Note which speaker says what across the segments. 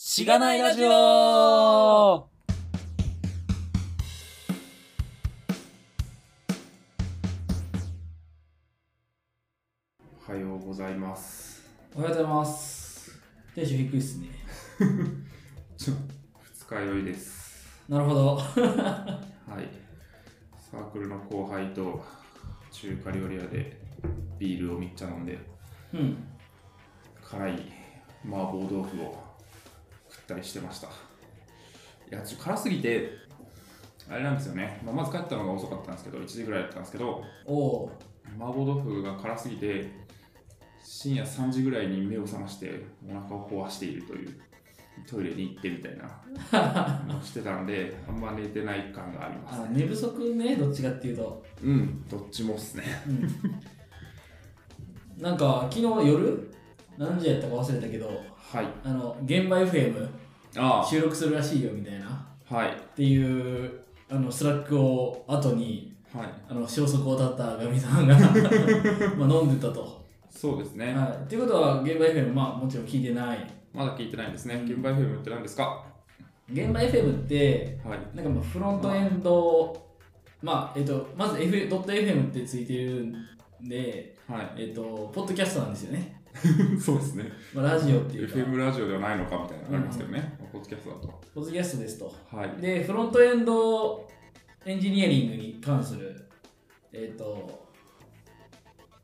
Speaker 1: しがないラジオ
Speaker 2: おはようございます。
Speaker 3: おはようございます。テンション低いっすね。
Speaker 2: ちょ二日酔いです。
Speaker 3: なるほ ど。
Speaker 2: はい。サークルの後輩と中華料理屋でビールをめっちゃ飲んで、
Speaker 3: うん。
Speaker 2: 辛い麻婆豆腐を食ったりしてました。いや、ちょ辛すぎて、あれなんですよね。まあまず帰ったのが遅かったんですけど、1時ぐらいだったんですけど、
Speaker 3: おお
Speaker 2: 麻婆豆腐が辛すぎて、深夜3時ぐらいに目を覚ましてお腹を壊しているというトイレに行ってみたいな
Speaker 3: ー。
Speaker 2: もうしてたんで、あんま寝てない感があります
Speaker 3: あ
Speaker 2: ね。
Speaker 3: 寝不足ね、どっちかっていうと。
Speaker 2: うん、どっちもっすね。
Speaker 3: うん。なん か、昨日夜何時やったか忘れたけど、
Speaker 2: はい。
Speaker 3: あの、現場 FM
Speaker 2: あ
Speaker 3: 収録するらしいよみたいな。
Speaker 2: あ、はい。
Speaker 3: っていう、あの、スラックを後に、
Speaker 2: はい。
Speaker 3: あの、消息を絶ったガミさんが、 まあ、飲んでたと。
Speaker 2: そうですね。
Speaker 3: はい。っていうことは、現場 FM、まあ、もちろん聞いてない。
Speaker 2: まだ聞いてないんですね。現場 FM って何ですか
Speaker 3: 現場 FM って、
Speaker 2: はい。
Speaker 3: なんかまあフロントエンド、まあえっと、まず F- .fm ってついてるんで、
Speaker 2: は
Speaker 3: えっと、ポッドキャストなんですよね。
Speaker 2: い。 そうですね。
Speaker 3: まあ、ラジオっていうか、
Speaker 2: FM ラジオではないのかみたいなのありますけどね。ポッドキャストだと。
Speaker 3: ポッドキャストですと。
Speaker 2: はい。
Speaker 3: で、フロントエンドエンジニアリングに関する、えっと、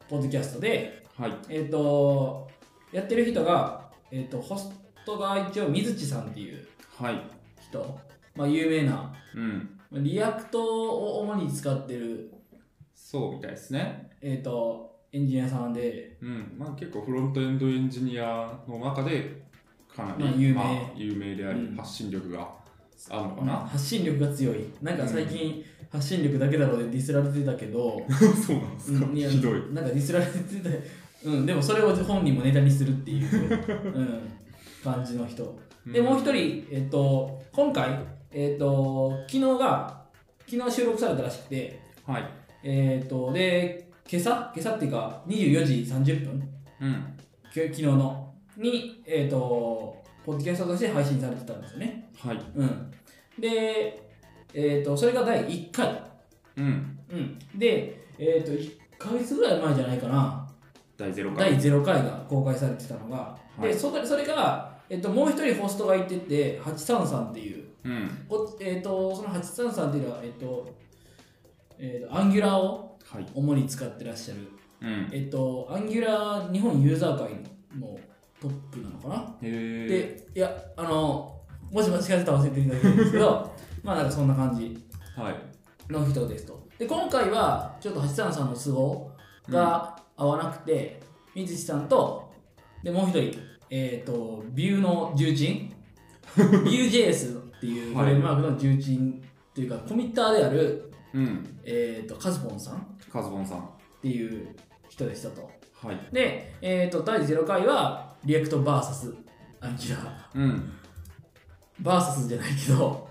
Speaker 3: ポッドキャストで、
Speaker 2: はい。
Speaker 3: えっと、やってる人が、えっと、ホストが一応水地さんっていう
Speaker 2: はい。
Speaker 3: 人、まあ、有名な、
Speaker 2: うん。
Speaker 3: リアクトを主に使ってる
Speaker 2: そうみたいですね。
Speaker 3: えっ、と、エンジニアさんで、
Speaker 2: うん。まあ結構フロントエンドエンジニアの中でかなり、
Speaker 3: まあ有名
Speaker 2: まあ有名であり、
Speaker 3: うん
Speaker 2: 発信力があるの
Speaker 3: ま
Speaker 2: か
Speaker 3: あ
Speaker 2: な。
Speaker 3: 発信力が強い。なんか最近、発信力だけだろうでディスられてたけど、
Speaker 2: そうなんですか。
Speaker 3: うんや
Speaker 2: ひどい。
Speaker 3: なんかディスられてた、うん、でもそれを本人もネタにするって いう、うん、感じの人。で、もう一人、えっ、と、今回、えっ、と、昨日が、昨日収録されたらしくて、
Speaker 2: 人。はい。
Speaker 3: えっ、と、で、今朝今朝っていうか、24時30分
Speaker 2: うん。
Speaker 3: き昨日の、に、えっ、と、ポッドキャストとして配信されてたんですよね。
Speaker 2: はい。
Speaker 3: うん、で、えーと、それが第1回。
Speaker 2: うん。
Speaker 3: うん、で、えーと、1ヶ月ぐらい前じゃないかな、
Speaker 2: 第0回。
Speaker 3: 第0回が公開されてたのが、
Speaker 2: は
Speaker 3: で
Speaker 2: い
Speaker 3: そこそれが、えーと、もう一人ホストがいてて、83さんっていう、
Speaker 2: うん。
Speaker 3: こえーとその83さんっていうのは、えーとえーとアンギュラーを
Speaker 2: はい。
Speaker 3: 主に使ってらっしゃる、
Speaker 2: うん。
Speaker 3: えーとアンギュラー日本ユーザー会のトップなのかな。
Speaker 2: へえ。
Speaker 3: で、いや、あの、もし間違ってたら忘れていただきたいんですけど、 まあなんかそんな感じ
Speaker 2: はい。
Speaker 3: の人ですと。で、今回は、ちょっと橋さんさんの都合が合わなくて、水地さんと、で、もう一人、えっ、と、ビューの重鎮、Vue.js っていうフレームワークの重鎮っていうか、コミッターである、
Speaker 2: うん。
Speaker 3: えっ、と、カズポンさんっ
Speaker 2: カズボンさん。
Speaker 3: ていう人でしたと。
Speaker 2: はい。
Speaker 3: で、えっ、と、第0回は、リアクト VS アンキュラー。
Speaker 2: うん。
Speaker 3: バーサスじゃないけど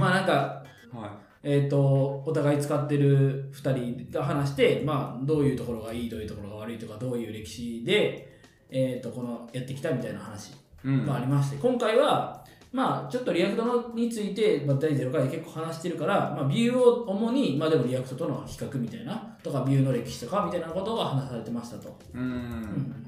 Speaker 3: まあなんか、
Speaker 2: は
Speaker 3: えー、とお互い使ってる2人が話して、まあ、どういうところがいいどういうところが悪いとかどういう歴史で、えー、とこのやってきたみたいな話
Speaker 2: い。うん。
Speaker 3: がありまして、今回は、まあ、ちょっとリアクトのについて、まあ、第0回で結構話してるから、まあ、ビューを主に、まあ、でもリアクトとの比較みたいなとかビューの歴史とかみたいなことが話されてましたと。う
Speaker 2: う
Speaker 3: ん
Speaker 2: ん。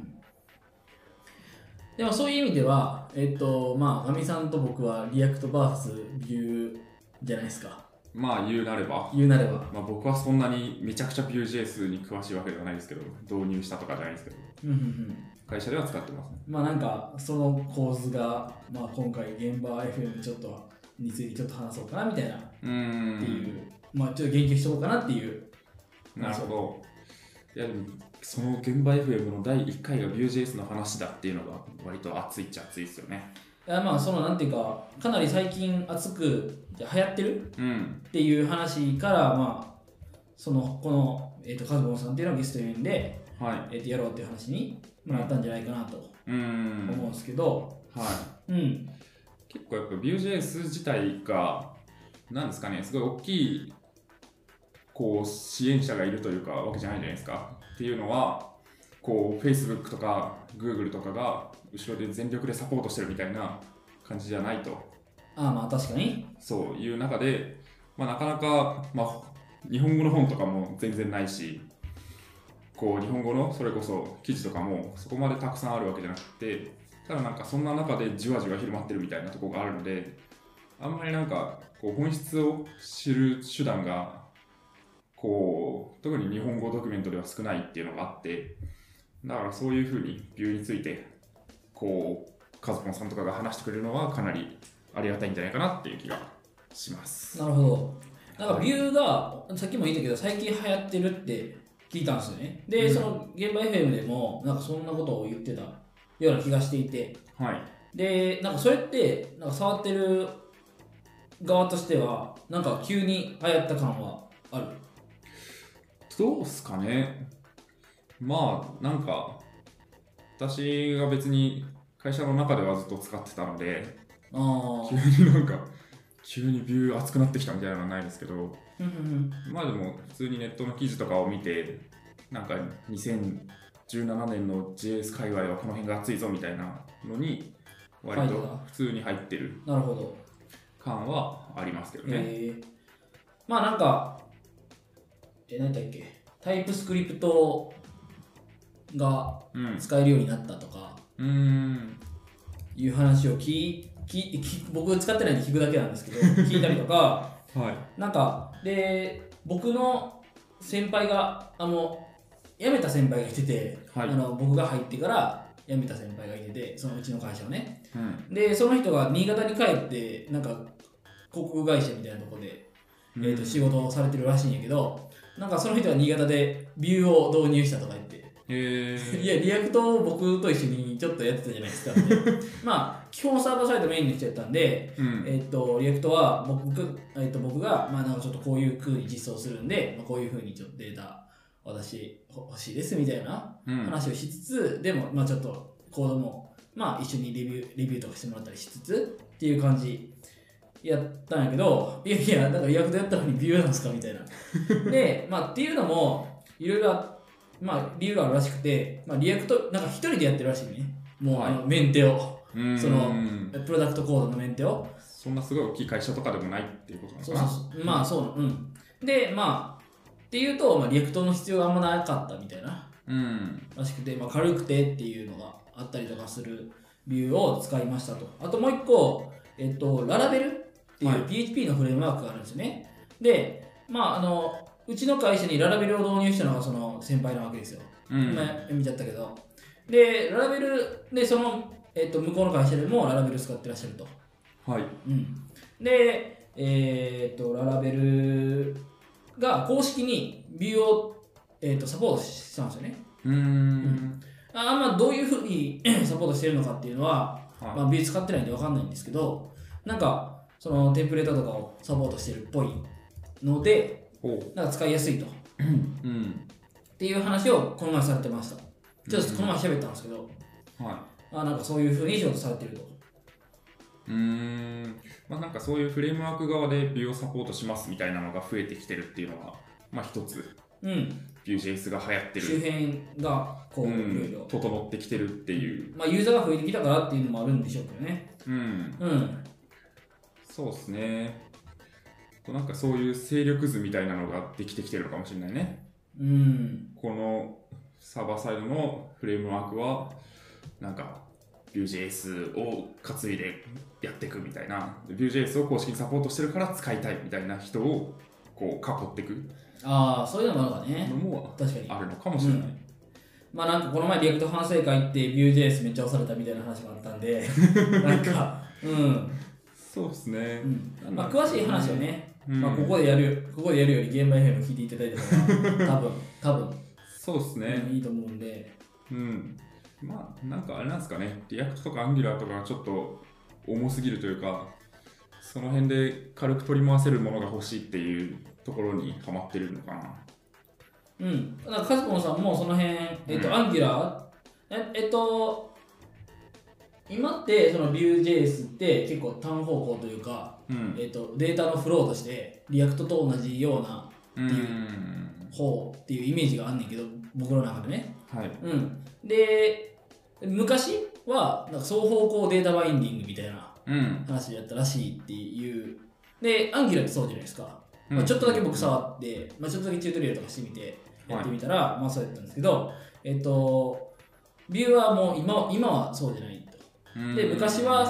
Speaker 3: でもそういう意味では、えっと、まあ、ガミさんと僕はリアクトバースビューじゃないですか。
Speaker 2: まあ言うなれば。
Speaker 3: 言うなれば。
Speaker 2: まあ僕はそんなにめちゃくちゃ Vue.js に詳しいわけではないですけど、導入したとかじゃないですけど、
Speaker 3: うんうんうん。
Speaker 2: 会社では使ってますね。
Speaker 3: まあなんか、その構図が、まあ今回、現場 FM ちょっとについてちょっと話そうかなみたいなっ
Speaker 2: う
Speaker 3: てい
Speaker 2: ん。
Speaker 3: う、まあちょっと言及しとこうかなっていう。
Speaker 2: なるほど。いやでもその現場 FM の第1回が Vue.js の話だっていうのが割と熱いっちゃ熱いですよね。
Speaker 3: あまあそのなんていうか、かなり最近熱く流行ってる
Speaker 2: うん。
Speaker 3: っていう話から、まあ、そのこの、えー、とカズボンさんっていうのをゲストに呼んで、
Speaker 2: は
Speaker 3: えー、とやろうっていう話にまあなったんじゃないかなと
Speaker 2: い。う
Speaker 3: 思うん
Speaker 2: ん。
Speaker 3: ですけど、
Speaker 2: はい。
Speaker 3: うん
Speaker 2: 結構やっぱ Vue.js 自体がなんですかねすごい大きいこう支援者がいるというかわけじゃないじゃないですかっていうのはこう Facebook とか Google とかが後ろで全力でサポートしてるみたいな感じじゃないと
Speaker 3: ああまあ確かに
Speaker 2: そういう中で、まあ、なかなか、まあ、日本語の本とかも全然ないしこう日本語のそれこそ記事とかもそこまでたくさんあるわけじゃなくてただなんかそんな中でじわじわ広まってるみたいなところがあるのであんまりなんかこう本質を知る手段がこう特に日本語ドキュメントでは少ないっていうのがあってだからそういうふうにビューについてこうカズポンさんとかが話してくれるのはかなりありがたいんじゃないかなっていう気がします。
Speaker 3: なるほどなんかビューがさっきも言ったけど最近流行ってるって聞いたんですよねで、
Speaker 2: うん
Speaker 3: その現場 FM でもなんかそんなことを言ってたような気がしていて
Speaker 2: はい。
Speaker 3: でなんかそれってなんか触ってる側としてはなんか急に流行った感はある
Speaker 2: どうすかねまあなんか私が別に会社の中ではずっと使ってたので
Speaker 3: あ
Speaker 2: 急
Speaker 3: あ
Speaker 2: になんか急にビュー熱くなってきたみたいなのはないですけど
Speaker 3: うんうんうん
Speaker 2: まあでも普通にネットの記事とかを見てなんか2017年の JS 界隈はこの辺が熱いぞみたいなのに割
Speaker 3: 入っ
Speaker 2: と
Speaker 3: た
Speaker 2: 普通に入ってる
Speaker 3: なるほど
Speaker 2: 感はありますけどね。
Speaker 3: えーまあなんか、え、何だっけ、タイプスクリプトが
Speaker 2: うん。
Speaker 3: 使えるようになったとか
Speaker 2: うーん。
Speaker 3: いう話を聞い聞い聞僕使ってないんで聞くだけなんですけど、聞いたりと か、
Speaker 2: はい。
Speaker 3: なんか、で、僕の先輩が、あの、辞めた先輩がいてて、
Speaker 2: はい
Speaker 3: あの僕が入ってから辞めた先輩がいてて、そのうちの会社をね。
Speaker 2: うん。
Speaker 3: で、その人が新潟に帰って、なんか、航空会社みたいなところでえー、と仕事をされてるらしいんやけど、なんかその人は新潟でビューを導入したとか言って、
Speaker 2: え
Speaker 3: い
Speaker 2: ー、
Speaker 3: や、リアクトを僕と一緒にちょっとやってたじゃないですかって。まあ、基本サーバーサイトメインの人やったんで、
Speaker 2: うん。
Speaker 3: えっとリアクトは僕が、えっと僕がまあ、なんかちょっとこういう風に実装するんで、まあ、こういう風にちょっとデータ私欲しいですみたいな
Speaker 2: うん。
Speaker 3: 話をしつつ、でも、まあ、ちょっとコードも、まあ、一緒にレビューレビューとかしてもらったりしつつっていう感じやったんやけど、いやいや、なんかリアクトやったのにビューなんすかみ たいな。で、まあ、っていうのも、いろいろあ、まあ、理由があるらしくて、まあ、リアクト、なんか一人でやってるらしいね。もう、あのメンテを、
Speaker 2: うん
Speaker 3: そのプロダクトコードのメンテを。
Speaker 2: そんなすごい大きい会社とかでもないっていうことなの
Speaker 3: そ
Speaker 2: か
Speaker 3: う
Speaker 2: な
Speaker 3: そうそう。まあ、そうなの、うん。で、まあ、っていうと、まあ、リアクトの必要があんまなかったみたいな、
Speaker 2: うん
Speaker 3: らしくて、まあ、軽くてっていうのがあったりとかする理由を使いましたと。あともう一個、えっと、ララベルってい
Speaker 2: はいう
Speaker 3: PHP のフレームワークがあるんですよね。で、まあ、あの、うちの会社にララベルを導入したのがその先輩なわけですよ。
Speaker 2: うん
Speaker 3: 今見ちゃったけど。で、ララベル、で、その、えっと、向こうの会社でもララベル使ってらっしゃると。
Speaker 2: はい
Speaker 3: うん、で、えー、とララベルが公式にビューを、えー、とサポートしたんですよね。
Speaker 2: うーん
Speaker 3: あまあ、どういうふうに サポートしてるのかっていうのは、ま
Speaker 2: は
Speaker 3: あ、ビュー使ってないんで分かんないんですけど、なんかそのテンプレートとかをサポートしてるっぽいので、
Speaker 2: いおう
Speaker 3: なんか使いやすいとっ
Speaker 2: うん
Speaker 3: ていう話をこの前されてました。ちょっとこの前喋ったんですけど、
Speaker 2: は
Speaker 3: あなんかそういうふうに仕事されてると。
Speaker 2: いうーんまあなんかそういうフレームワーク側で美容サポートしますみたいなのが増えてきてるっていうのはまあ一つ
Speaker 3: うん、
Speaker 2: ビュー JS が流行って
Speaker 3: 周
Speaker 2: る
Speaker 3: 辺がこう、
Speaker 2: う
Speaker 3: いろい
Speaker 2: ん
Speaker 3: ろ。
Speaker 2: 整ってきてるっていう
Speaker 3: まあ、ユーザーが増えてきたからっていうのもあるんでしょうけどね。
Speaker 2: うん
Speaker 3: うん。
Speaker 2: そうですねこうなんかそういう勢力図みたいなのができてきてるのかもしれないね
Speaker 3: うん。
Speaker 2: このサーバーサイドのフレームワークはなんか Vue.js を担いでやっていくみたいな Vue.js を公式にサポートしてるから使いたいみたいな人をこう囲っていく
Speaker 3: ああ、そういうのもあるから
Speaker 2: の
Speaker 3: ね。
Speaker 2: も
Speaker 3: 確かに。
Speaker 2: あるのかもしれない、
Speaker 3: まあなんかこの前リアクト反省会行って Vue.js めっちゃ押されたみたいな話もあったんで、 なんか、うん。
Speaker 2: そうですね
Speaker 3: うん、まあ詳しい話をね、
Speaker 2: うん
Speaker 3: まあここでやる、ここでやるより現場 FM を聞いていただいた方が多分、多分、
Speaker 2: そうですね、
Speaker 3: うんいいと思うんで、
Speaker 2: うん、まあなんかあれなんですかねリアクトとかアンギュラーとかがちょっと重すぎるというかその辺で軽く取り回せるものが欲しいっていうところにはまってるのかな
Speaker 3: うん。なんかカズポンさんもその辺、えっと、
Speaker 2: うん
Speaker 3: アンギュラーえ、えっと、今ってその Vue.js って結構単方向というか、
Speaker 2: うん
Speaker 3: えっとデータのフローとしてリアクトと同じような
Speaker 2: うん
Speaker 3: ってい方っていうイメージがあんねんけど僕の中でね、
Speaker 2: はい
Speaker 3: うん、で昔はなんか双方向データバインディングみたいな
Speaker 2: うん。
Speaker 3: 話やったらしいっていう。で、アンギュラってそうじゃないですか。まあ、
Speaker 2: うん
Speaker 3: ちょっとだけ僕触って、まあ、ちょっとだけチュートリアルとかしてみて、やってみたら、まあそうやったんですけど、えっと、ビューはもう今は今はそうじゃないと。
Speaker 2: うん
Speaker 3: で、昔は、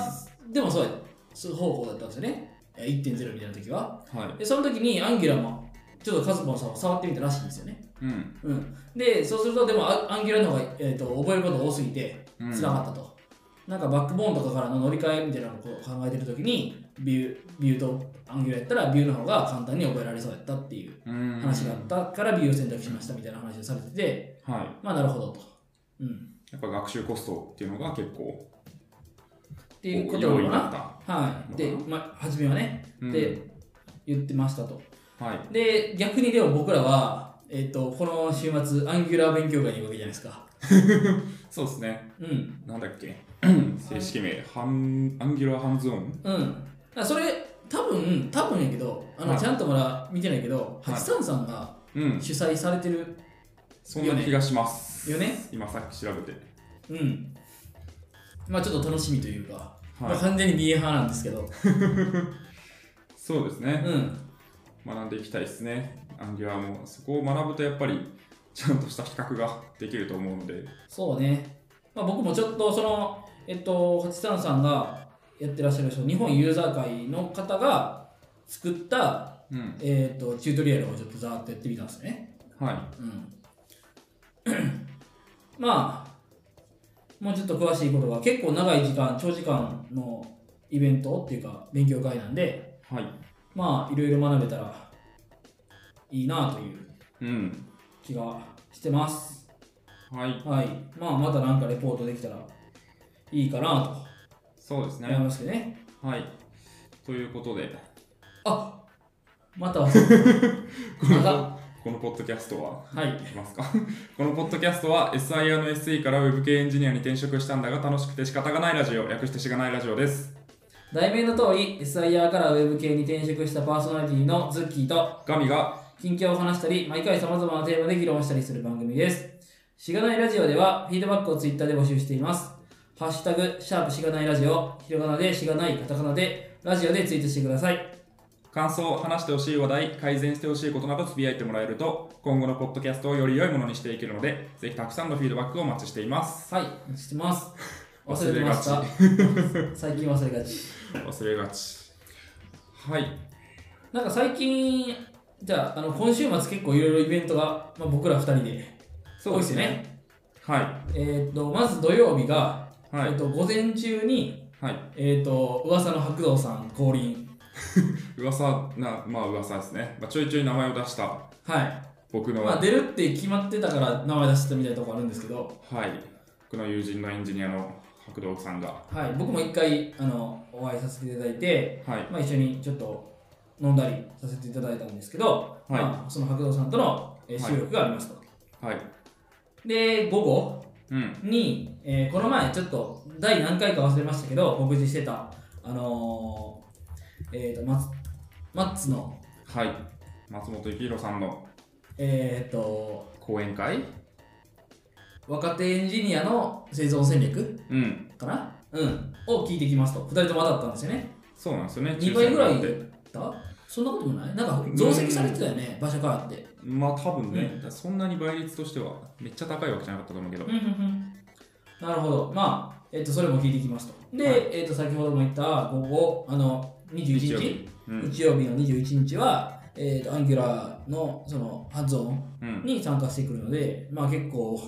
Speaker 3: でもそうや、そう方向だったんですよね。え1.0みたいな時は。
Speaker 2: は
Speaker 3: で、その時にアンギュラも、ちょっとカズポンさんを触ってみたらしいんですよね。
Speaker 2: い。うん。
Speaker 3: うん、でそうするとでもアアンギュラの方が、えー、と覚えることが多すぎて
Speaker 2: うん
Speaker 3: つらかったと、なんかバックボーンとかからの乗り換えみたいなのをこう考えてるときにビュービューとアンギュラやったらビューの方が簡単に覚えられそうやったっていう
Speaker 2: うん。
Speaker 3: 話があったからビューを選択しましたみたいな話をされてて
Speaker 2: はい。
Speaker 3: まあなるほどと、うん、
Speaker 2: やっぱ学習コストっていうのが結構、
Speaker 3: っていうこと
Speaker 2: 要因だ
Speaker 3: か
Speaker 2: っ
Speaker 3: なはいで、まあ、初めはね
Speaker 2: た。うん
Speaker 3: で、言ってましたと
Speaker 2: はい。
Speaker 3: で逆にでも僕らはえっとこの週末アンギュラ勉強会に行くわけじゃないですか
Speaker 2: そうですね。
Speaker 3: うん
Speaker 2: なんだっけ 正式名、ハンアンギュラーハンズオン
Speaker 3: うん。あそれ、多分多分やけど、あの、
Speaker 2: はい
Speaker 3: ちゃんとまだ見てないけど、
Speaker 2: い
Speaker 3: ハチさんさんが
Speaker 2: うん。
Speaker 3: 主催されてる
Speaker 2: そんな気がします。
Speaker 3: よね。
Speaker 2: 今さっき調べて。
Speaker 3: うん。まあちょっと楽しみというか、ま
Speaker 2: は
Speaker 3: あ
Speaker 2: い。
Speaker 3: 完全に BA 派なんですけ ど、
Speaker 2: そうですね。
Speaker 3: うん。
Speaker 2: 学んでいきたいですね。アンギュラーも。そこを学ぶとやっぱり、ちゃんとした比較ができると思うので。
Speaker 3: そうね。まあ僕もちょっとその、えっと、ハチさんさんがやってらっしゃるその日本ユーザー会の方が作った、
Speaker 2: うん。
Speaker 3: えっと、チュートリアルをちょっとざーっとやってみたんですね。
Speaker 2: は
Speaker 3: うんまあもうちょっと詳しいことが結構長い時間長時間のイベントっていうか勉強会なんで
Speaker 2: い。はい。
Speaker 3: まあいろいろ学べたらいいなという
Speaker 2: うん。
Speaker 3: 気がしてます
Speaker 2: はい。
Speaker 3: はいまあまたなんかレポートできたらいいかな
Speaker 2: そうです
Speaker 3: と思い
Speaker 2: ね。
Speaker 3: ますけどね
Speaker 2: はい。ということで、
Speaker 3: あまた
Speaker 2: この
Speaker 3: 長
Speaker 2: このポッドキャストは、
Speaker 3: はい
Speaker 2: いきますか このポッドキャストは SIR の SE から Web 系エンジニアに転職したんだが楽しくて仕方がないラジオ、略してしがないラジオです。
Speaker 3: 題名の通り SIR からウェブ系に転職したパーソナリティのズッキーと
Speaker 2: ガミが、
Speaker 3: 近況を話したり、毎回様々なテーマで議論したりする番組です。しがないラジオでは、フィードバックをツイッターで募集しています。ハッシュタグ、シャープしがないラジオ、ひらがなでしがない、カタカナで、ラジオでツイートしてください。
Speaker 2: 感想、話してほしい話題、改善してほしいことなどつぶやいてもらえると、今後のポッドキャストをより良いものにしていけるので、ぜひたくさんのフィードバックをお待ちしています。
Speaker 3: はい、お待ちしてます。忘
Speaker 2: 忘
Speaker 3: れ
Speaker 2: れ
Speaker 3: て
Speaker 2: が
Speaker 3: ま
Speaker 2: ち
Speaker 3: した。最近忘れがち。
Speaker 2: 忘れがち。はい。
Speaker 3: なんか最近、じゃあ、あの今週末結構いろいろイベントが、まあ、僕ら2人で、
Speaker 2: そうですね
Speaker 3: 多いっ
Speaker 2: は
Speaker 3: すよね。えっ、と、まず土曜日が、
Speaker 2: い。は
Speaker 3: えっ
Speaker 2: い。
Speaker 3: と午前中に、
Speaker 2: はい。
Speaker 3: えっ、と、噂の白道さん降臨。
Speaker 2: 噂な、まあ噂ですね。まあ、ちょいちょい名前を出した
Speaker 3: はい。
Speaker 2: 僕の、
Speaker 3: まあ、出るって決まってたから名前出してたみたいなとこあるんですけど、
Speaker 2: はい。僕の友人のエンジニアの白道さんが、
Speaker 3: はい、僕も一回あのお会いさせていただいて、
Speaker 2: はい。
Speaker 3: まあ、一緒にちょっと飲んだりさせていただいたんですけど、
Speaker 2: はい
Speaker 3: まあ、その白道さんとのえー
Speaker 2: はい
Speaker 3: 収録がありますと。
Speaker 2: はい。
Speaker 3: で、午後
Speaker 2: うん。
Speaker 3: に、えーこの前ちょっと第何回か忘れましたけど、告示してた、あのーえー、とマツマッツの、
Speaker 2: はい。松本幸宏さんの
Speaker 3: えー、と
Speaker 2: 講演会
Speaker 3: 若手エンジニアの生存戦略
Speaker 2: うん。
Speaker 3: かな、うん、を聞いてきますと。2人とも当たったんですよね。
Speaker 2: そうなんですよね。
Speaker 3: 2倍ぐらい
Speaker 2: 抽
Speaker 3: だ
Speaker 2: 選になって
Speaker 3: そんなこともないなんか増積されてたよね、場所からって。
Speaker 2: まあ多分ね、だからそんなに倍率としてはめっちゃ高いわけじゃなかったと思うけど。
Speaker 3: なるほど。まあ、えっと、それも聞いていきますと。で、
Speaker 2: はい
Speaker 3: えっと、先ほども言った午後、あの、21日、日曜日
Speaker 2: うん。
Speaker 3: の21日は、えっと、アンギュラーの、その、発音
Speaker 2: うん。
Speaker 3: に参加してくるので、まあ結構、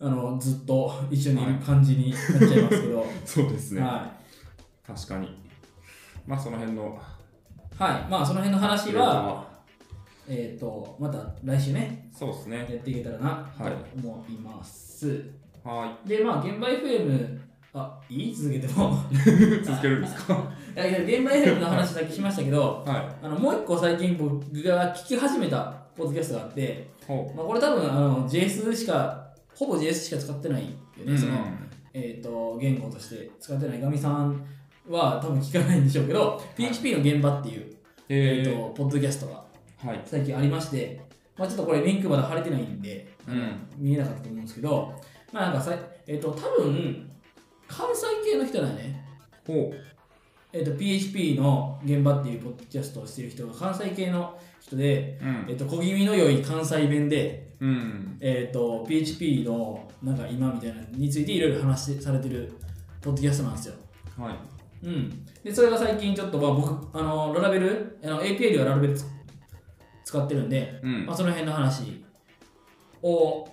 Speaker 3: あの、ずっと一緒にいる感じになっちゃいますけ ど、は
Speaker 2: そうです
Speaker 3: い。
Speaker 2: ね。
Speaker 3: は
Speaker 2: 確かに。まあその辺の。
Speaker 3: い。まあ、その辺の話は、
Speaker 2: は。
Speaker 3: えっと、また来週ね、
Speaker 2: そうです
Speaker 3: や
Speaker 2: ね。
Speaker 3: っていけたらな
Speaker 2: はい
Speaker 3: と思います。
Speaker 2: は
Speaker 3: で、まあ、現場 FM、あ、いい続けても。
Speaker 2: い。 続 けるんですか
Speaker 3: いやいや、現場 FM の話さっきしましたけど、
Speaker 2: は
Speaker 3: あのもう一個最近僕が聞き始めたポッドキャストがあって、
Speaker 2: い。ほ
Speaker 3: まあ、これ多分あの JS しか、ほぼ JS しか使ってないよね、
Speaker 2: う。うん
Speaker 3: その、えっ、と、言語として使ってないガミさんは多分聞かないんでしょうけど、PHP の現場っていう、え
Speaker 2: え
Speaker 3: っ、
Speaker 2: ー、
Speaker 3: と、ポッドキャストが
Speaker 2: はい。
Speaker 3: 最近ありまして、まあ、ちょっとこれリンクまだ貼れてないんで、あの
Speaker 2: うん
Speaker 3: 見えなかったと思うんですけど、まあなんかさ、えっ、と、多分、関西系の人だよね。
Speaker 2: ほう。
Speaker 3: えっと PHP の現場っていうポッドキャストをしてる人が関西系の人で、
Speaker 2: うん
Speaker 3: えっと小気味の良い関西弁で、
Speaker 2: うん
Speaker 3: えっと PHP のなんか今みたいなのについていろいろ話しされてるポッドキャストなんですよ。
Speaker 2: はい
Speaker 3: うん、でそれが最近ちょっと、まあ、僕あのララベルあの API ではララベルつ使ってるんで、
Speaker 2: うん
Speaker 3: まあ、その辺の話を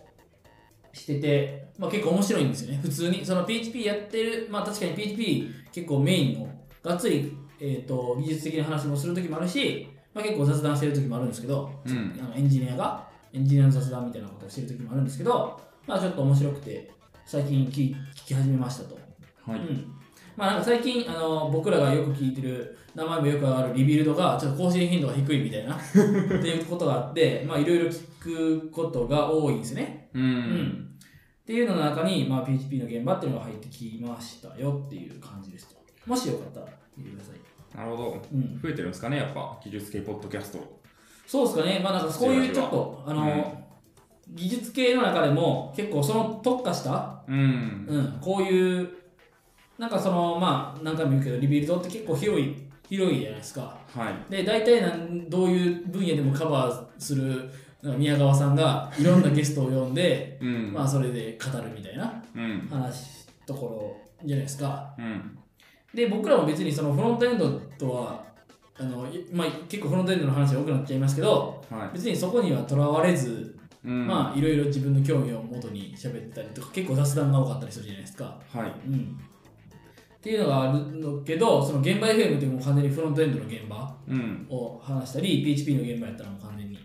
Speaker 3: してて、まあ、結構面白いんですよね普通にその PHP やってるまあ確かに PHP 結構メインのがっつり、えー、と技術的な話もする時もあるし、まあ、結構雑談してる時もあるんですけど、
Speaker 2: うん
Speaker 3: あのエンジニアがエンジニアの雑談みたいなことをしてる時もあるんですけど、まあ、ちょっと面白くて最近聞き聞き始めましたと。
Speaker 2: はい、
Speaker 3: うんまあ、なんか最近あの僕らがよく聞いてる名前もよくあるリビルドがちょっと更新頻度が低いみた いなっていうことがあってまあいろいろ聞くことが多いんですね。
Speaker 2: うん
Speaker 3: うんっていうのの中に、まあ、PHP の現場っていうのが入ってきましたよっていう感じですと。もしよかったら見てください。
Speaker 2: なるほど
Speaker 3: うん、
Speaker 2: 増えてるんですかねやっぱ技術系ポッドキャスト
Speaker 3: そうですかね、まあ、なんかこういうちょっとあの、技術系の中でも結構その特化した
Speaker 2: うん
Speaker 3: うん、こういうなんかそのまあ何回も言うけどリビルドって結構広い広いじゃないですか
Speaker 2: はい
Speaker 3: で大体なんどういう分野でもカバーするなんか宮川さんがいろんなゲストを呼んで
Speaker 2: うん
Speaker 3: まあそれで語るみたいな
Speaker 2: うん
Speaker 3: 話ところじゃないですか
Speaker 2: うん
Speaker 3: で僕らも別にそのフロントエンドとはあの、いまあ、結構フロントエンドの話が多くなっちゃいますけど
Speaker 2: は
Speaker 3: 別にそこにはとらわれず、
Speaker 2: いうん
Speaker 3: まあいろいろ自分の興味を元に喋ったりとか結構雑談が多かったりするじゃないですか
Speaker 2: はい
Speaker 3: うんっていうのがあるのけど、その現場 FM っていうのも完全にフロントエンドの現場
Speaker 2: うん
Speaker 3: を話したり、PHP の現場やったらもう完全に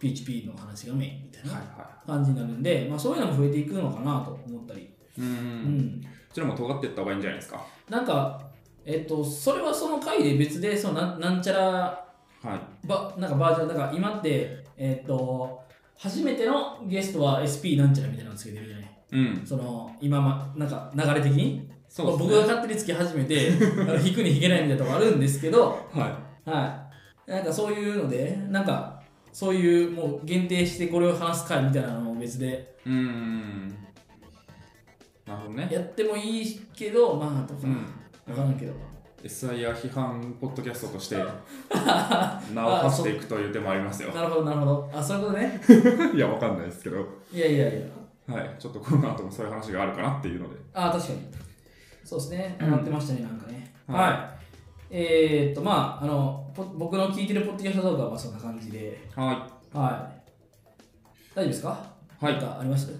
Speaker 3: PHP の話がメインみたい
Speaker 2: はい
Speaker 3: な
Speaker 2: は
Speaker 3: 感じになるんで、まあ、そういうのも増えていくのかなと思ったり、
Speaker 2: いうん
Speaker 3: う
Speaker 2: こ
Speaker 3: ん、
Speaker 2: ちらも尖ってった方がいいんじゃないですか
Speaker 3: なんか、えっと、それはその回で別でそのなんなんちゃら
Speaker 2: はい
Speaker 3: ばなんかバージョン、だから今って、えっと、初めてのゲストは SP なんちゃらみたいなのつけてるじゃない。
Speaker 2: うん
Speaker 3: その今ま、なんか流れ的に
Speaker 2: そう
Speaker 3: まあ
Speaker 2: ですね
Speaker 3: 僕が勝手につき始めて あの引くに引けないみたいなとこあるんですけど、
Speaker 2: は
Speaker 3: はい、なんかそういうのでなんかそういうもう限定してこれを話す会みたいなのも別で
Speaker 2: いうんなるほどね
Speaker 3: やってもいいけどまあとか、
Speaker 2: うん
Speaker 3: 分からんけど
Speaker 2: SIR 批判ポッドキャストと して名を馳していくという手もありますよ
Speaker 3: なるほどなるほどあそういうことね
Speaker 2: いやわかんないですけど
Speaker 3: いやいやいや
Speaker 2: はいちょっとこの後もそういう話があるかなっていうので
Speaker 3: あ確かにそうですね上がってましたねなんかね
Speaker 2: は
Speaker 3: はいい、えー、っとまああのポ僕の聞いてるポッドキャスト動画はまあそんな感じで
Speaker 2: は
Speaker 3: はい大丈夫ですか
Speaker 2: いはい
Speaker 3: 何かありました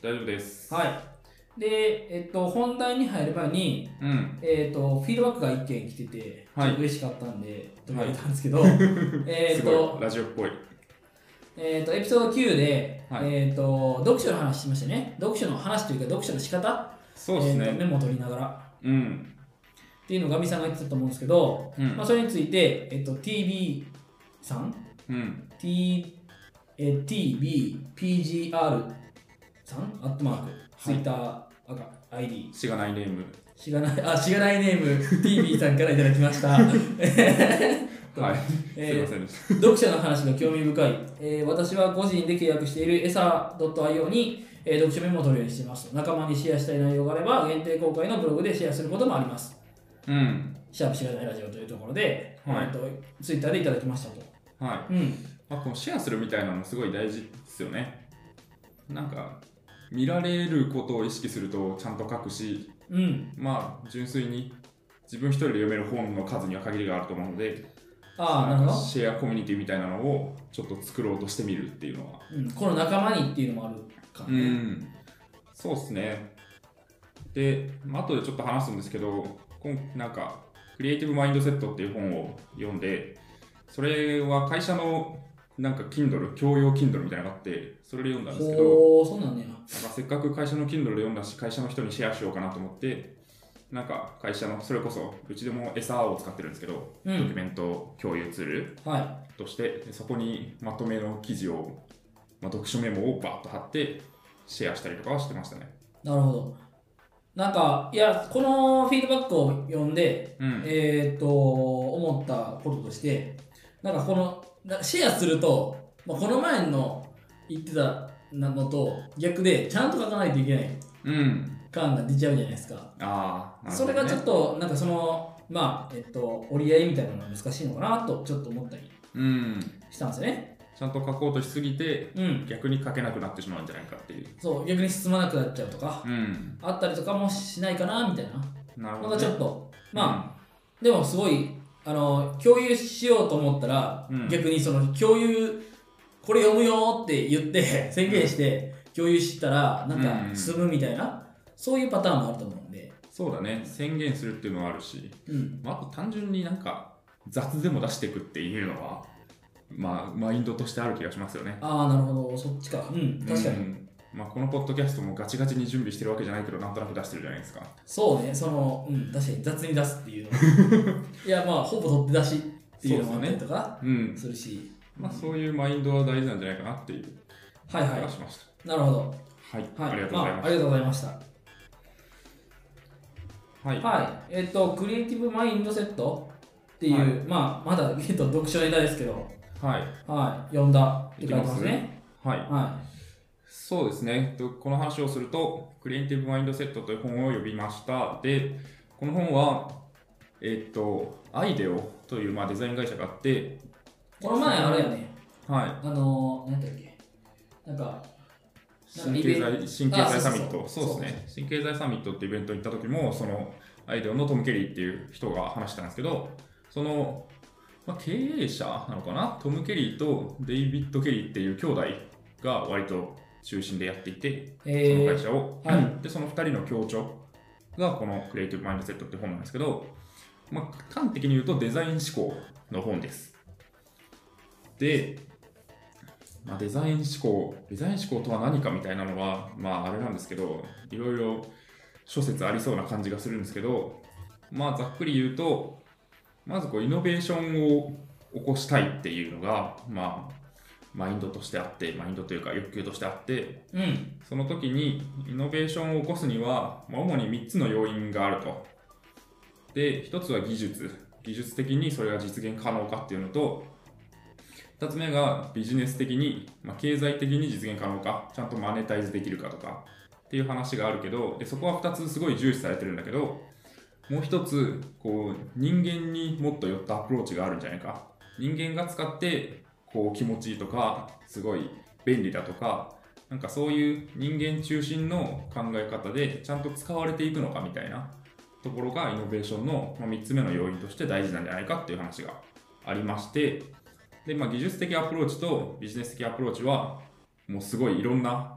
Speaker 2: 大丈夫です
Speaker 3: はい。で、えっと、本題に入る前に、
Speaker 2: うん
Speaker 3: えっと、フィードバックが1件来てて、
Speaker 2: はい
Speaker 3: ちょっと嬉しかったんで、取り上げたんですけど、 え
Speaker 2: す
Speaker 3: っ
Speaker 2: ごい
Speaker 3: と、
Speaker 2: ラジオっぽい
Speaker 3: えっと、エピソード9で、
Speaker 2: はい
Speaker 3: えっと、読書の話しましたね。読書の話というか、読書の仕方、
Speaker 2: そうです
Speaker 3: えっとメ
Speaker 2: ね
Speaker 3: モを取りながら
Speaker 2: うん
Speaker 3: っていうのをガミさんが言ってたと思うんですけど、
Speaker 2: うん
Speaker 3: まあ、それについて、えっと、TB さん、
Speaker 2: うん、
Speaker 3: T、えー TBPGR さん、アットマーク、ツイッター、ID
Speaker 2: しがないネーム
Speaker 3: しがない、 あ、しがないネーム、TV さんからいただきま した。
Speaker 2: はい、すい
Speaker 3: え
Speaker 2: ま
Speaker 3: ー
Speaker 2: せんでし
Speaker 3: 読者の話が興味深い、えー私は個人で契約している esa.io に、えー読書メモを取るようにしています。仲間にシェアしたい内容があれば、限定公開のブログでシェアすることもあります。
Speaker 2: たうん
Speaker 3: シャープしがないラジオというところで、
Speaker 2: はい
Speaker 3: えーとツイッターでいただきましたと。
Speaker 2: はい
Speaker 3: うん。
Speaker 2: あこのシェアするみたいなのすごい大事ですよねなんか見られることを意識するとちゃんと書くし
Speaker 3: うん。
Speaker 2: まあ純粋に自分一人で読める本の数には限りがあると思うので
Speaker 3: ああ、な
Speaker 2: な
Speaker 3: る
Speaker 2: ん
Speaker 3: ほ
Speaker 2: か
Speaker 3: ど。
Speaker 2: シェアコミュニティみたいなのをちょっと作ろうとしてみるっていうのは
Speaker 3: うん、この仲間にっていうのもあるから
Speaker 2: う
Speaker 3: ね。
Speaker 2: んそうっすねでまあ後でちょっと話すんですけど今なんかクリエイティブマインドセットっていう本を読んでそれは会社のなんか Kindle 教養 Kindle みたいなのがあってそれで読んだんですけど
Speaker 3: ほう、そうなんねや。
Speaker 2: まあ、せっかく会社の Kindle で読んだし、会社の人にシェアしようかなと思って、なんか会社の、それこそ、うちでも SR を使ってるんですけど、
Speaker 3: う
Speaker 2: ドキュ
Speaker 3: ん。
Speaker 2: メント共有ツール
Speaker 3: は
Speaker 2: として、そこにまとめの記事を、まあ、読書メモをバーッと貼って、シェアしたりとかはしてましたね。
Speaker 3: い。なるほど。なんか、いや、このフィードバックを読んで、
Speaker 2: うん。
Speaker 3: えー、と思ったこととしてなんかこのなシェアすると、まあ、この前の言ってたのと逆でちゃんと書かないといけない
Speaker 2: うん。
Speaker 3: 感が出ちゃうじゃないですか。
Speaker 2: ああ、なる
Speaker 3: そ
Speaker 2: ほど
Speaker 3: れ
Speaker 2: ね
Speaker 3: がちょっと、なんかその、まあ、えっと、折り合いみたいなのが難しいのかなと、ちょっと思ったり
Speaker 2: うん。
Speaker 3: したんですよね。
Speaker 2: ちゃんと書こうとしすぎて、
Speaker 3: うん。
Speaker 2: 逆に書けなくなってしまうんじゃないかっていう。
Speaker 3: そう、逆に進まなくなっちゃうとか、
Speaker 2: うん。
Speaker 3: あったりとかもしないかな、みたいな
Speaker 2: なるほ
Speaker 3: の
Speaker 2: ど、
Speaker 3: がち
Speaker 2: ね。
Speaker 3: ょっと、まあ、でもすごい、あの、共有しようと思ったら、
Speaker 2: うん
Speaker 3: 逆にその、共有、これ読むよって言って、 宣言して、共有したら、なん
Speaker 2: う
Speaker 3: か、
Speaker 2: ん
Speaker 3: 進むみたいな、そういうパターンもあると思うんで、
Speaker 2: そうだね。宣言するっていうのはあるし、
Speaker 3: うん。
Speaker 2: まあ、あと単純になんか、雑でも出していくっていうのは、まあ、マインドとしてある気がしますよね。
Speaker 3: ああ、なるほど、そっちか。うん、確かに。
Speaker 2: うんまあ、このポッドキャストもガチガチに準備してるわけじゃないけど、なんとなく出してるじゃないですか。
Speaker 3: そうね、その、うん、確かに雑に出すっていうの いや、まあ、ほぼ取って出しっていうのもあったりとか
Speaker 2: うん。
Speaker 3: するし、
Speaker 2: まあ、そういうマインドは大事なんじゃないかなっていう
Speaker 3: はい
Speaker 2: 気
Speaker 3: は
Speaker 2: が
Speaker 3: い、
Speaker 2: しました。
Speaker 3: なるほど。
Speaker 2: はい、
Speaker 3: はい、
Speaker 2: ありがとうござい
Speaker 3: ま
Speaker 2: ま
Speaker 3: あありがとうございました。
Speaker 2: す。はい、
Speaker 3: はい、えっと、クリエイティブマインドセットっていう、
Speaker 2: はい
Speaker 3: まあ、まだ、 えっと、読書ネタですけど、
Speaker 2: はい、
Speaker 3: はい、読んだって書いてます
Speaker 2: い
Speaker 3: ね。
Speaker 2: はい、
Speaker 3: は
Speaker 2: そうですね。とこの話をすると、クリエイティブマインドセットという本を読みました。で、この本は、えっと、アイデオというまあデザイン会社があって、
Speaker 3: い。この前、あれよね、
Speaker 2: はい、
Speaker 3: あのー、なんだっけ、なんか、なんか
Speaker 2: 新
Speaker 3: イベ
Speaker 2: 経
Speaker 3: ント
Speaker 2: 済新経済サミッ
Speaker 3: あ
Speaker 2: ト、
Speaker 3: そう
Speaker 2: そう
Speaker 3: そう
Speaker 2: ですね。新経済サミットってイベント行った時も、そのアイデオのトム・ケリーっていう人が話したんですけど、その、まあ、経営者なのかなトム・ケリーとデイビッド・ケリーっていう兄弟が割と中心でやっていて、その
Speaker 3: え
Speaker 2: 会
Speaker 3: ー、
Speaker 2: 社を、
Speaker 3: は
Speaker 2: でその2人の協調がこの「クリエイティブ・マインドセット」って本なんですけど、まあ、端的に言うとデザイン思考の本ですで、まあ、デザイン思考デザイン思考とは何かみたいなのはまああれなんですけどいろいろ諸説ありそうな感じがするんですけどまあざっくり言うとまずこうイノベーションを起こしたいっていうのがまあマインドとしてあってマインドというか欲求としてあって
Speaker 3: うん、
Speaker 2: その時にイノベーションを起こすには、まあ主に3つの要因があると。で、1つは技術。技術的にそれが実現可能かっていうのと、2つ目がビジネス的に、まあ、経済的に実現可能か、ちゃんとマネタイズできるかとかっていう話があるけど、でそこは2つすごい重視されてるんだけど、もう1つ、こう、人間にもっと寄ったアプローチがあるんじゃないか。人間が使って、こう、気持ちいいとか、すごい便利だとか、なんかそういう人間中心の考え方でちゃんと使われていくのかみたいなところがイノベーションのまあ3つ目の要因として大事なんじゃないかっていう話がありましてで、まあ、技術的アプローチとビジネス的アプローチはもうすごいいろんな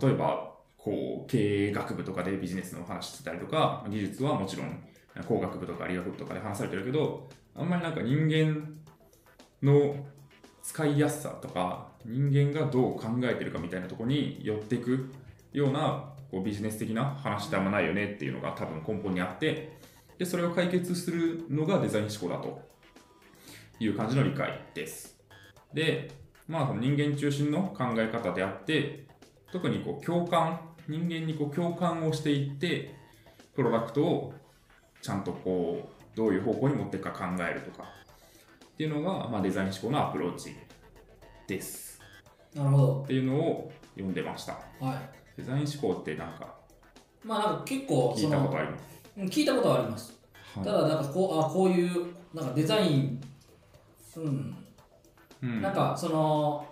Speaker 2: 例えばこう経営学部とかでビジネスの話してたりとか技術はもちろん工学部とか理学部とかで話されてるけどあんまりなんか人間の使いやすさとか人間がどう考えてるかみたいなところに寄っていくようなこうビジネス的な話ってあんまないよねっていうのが多分根本にあってでそれを解決するのがデザイン思考だという感じの理解ですでまあその人間中心の考え方であって特にこう共感人間にこう共感をしていってプロダクトをちゃんとこうどういう方向に持っていくか考えるとかっていうのが、まあ、デザイン思考のアプローチです
Speaker 3: なるほど
Speaker 2: っ。ていうのを読んでました
Speaker 3: は
Speaker 2: デザイン思考ってなんか
Speaker 3: い。まあ、なんか結構、
Speaker 2: 聞いたことあります
Speaker 3: そのうん聞いたことはあります。ただなんかこうあこういうなんかデザイン、うん
Speaker 2: うん
Speaker 3: なんかその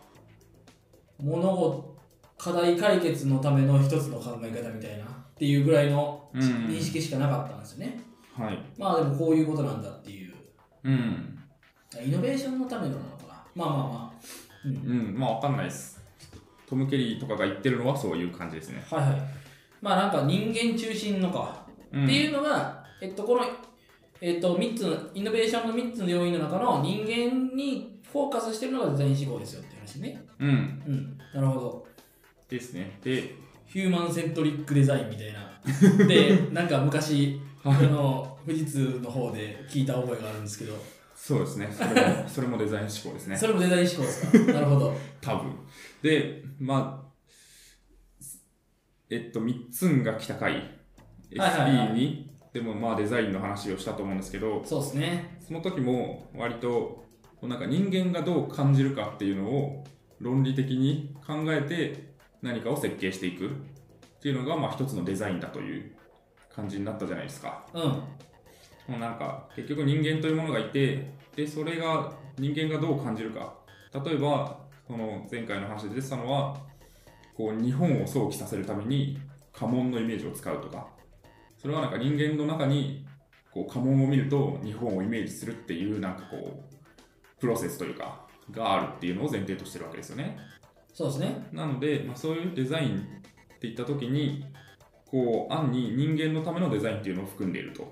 Speaker 3: 物事課題解決のための一つの考え方みたいなっていうぐらいの
Speaker 2: うんうん
Speaker 3: 認識しかなかったんですよね、
Speaker 2: はい
Speaker 3: まあでもこういうことなんだっていう
Speaker 2: うん
Speaker 3: イノベーションのためのなのかなまあまあまあ、うん
Speaker 2: うんまあわかんないですトム・ケリーとかが言ってるのはそういう感じですね、
Speaker 3: はいはいまあなんか人間中心のか、
Speaker 2: うん、
Speaker 3: っていううのがえっとこのえっと3つのイノベーションの3つの要因の中の人間にフォーカスしてるのがデザイン思考ですよっていう話ね
Speaker 2: ん
Speaker 3: うん、なるほど。
Speaker 2: ですねで
Speaker 3: ヒューマンセントリックデザインみたい な。で、なんか昔、あの、富士通の方で聞いた覚えがあるんですけど、
Speaker 2: そうですねそれ もそれもデザイン思考ですね
Speaker 3: それもデザイン思考ですかなるほど。
Speaker 2: 多分でまあえっとみっつんが来た回 SP に、
Speaker 3: はいはいはい
Speaker 2: でもまあデザインの話をしたと思うんですけど
Speaker 3: そうですね。
Speaker 2: その時も割とこうなんか人間がどう感じるかっていうのを論理的に考えて何かを設計していくっていうのがまあ一つのデザインだという感じになったじゃないですか。
Speaker 3: うん
Speaker 2: もうなんか結局人間というものがいてでそれが人間がどう感じるか例えばその前回の話で出てたのはこう日本を想起させるために家紋のイメージを使うとかそれはなんか人間の中にこう家紋を見ると日本をイメージするっていうなんかこうプロセスというかがあるっていうのを前提としてるわけですよね。
Speaker 3: そうですね
Speaker 2: なので、まあ、そういうデザインっていった時にこう案に人間のためのデザインっていうのを含んでいると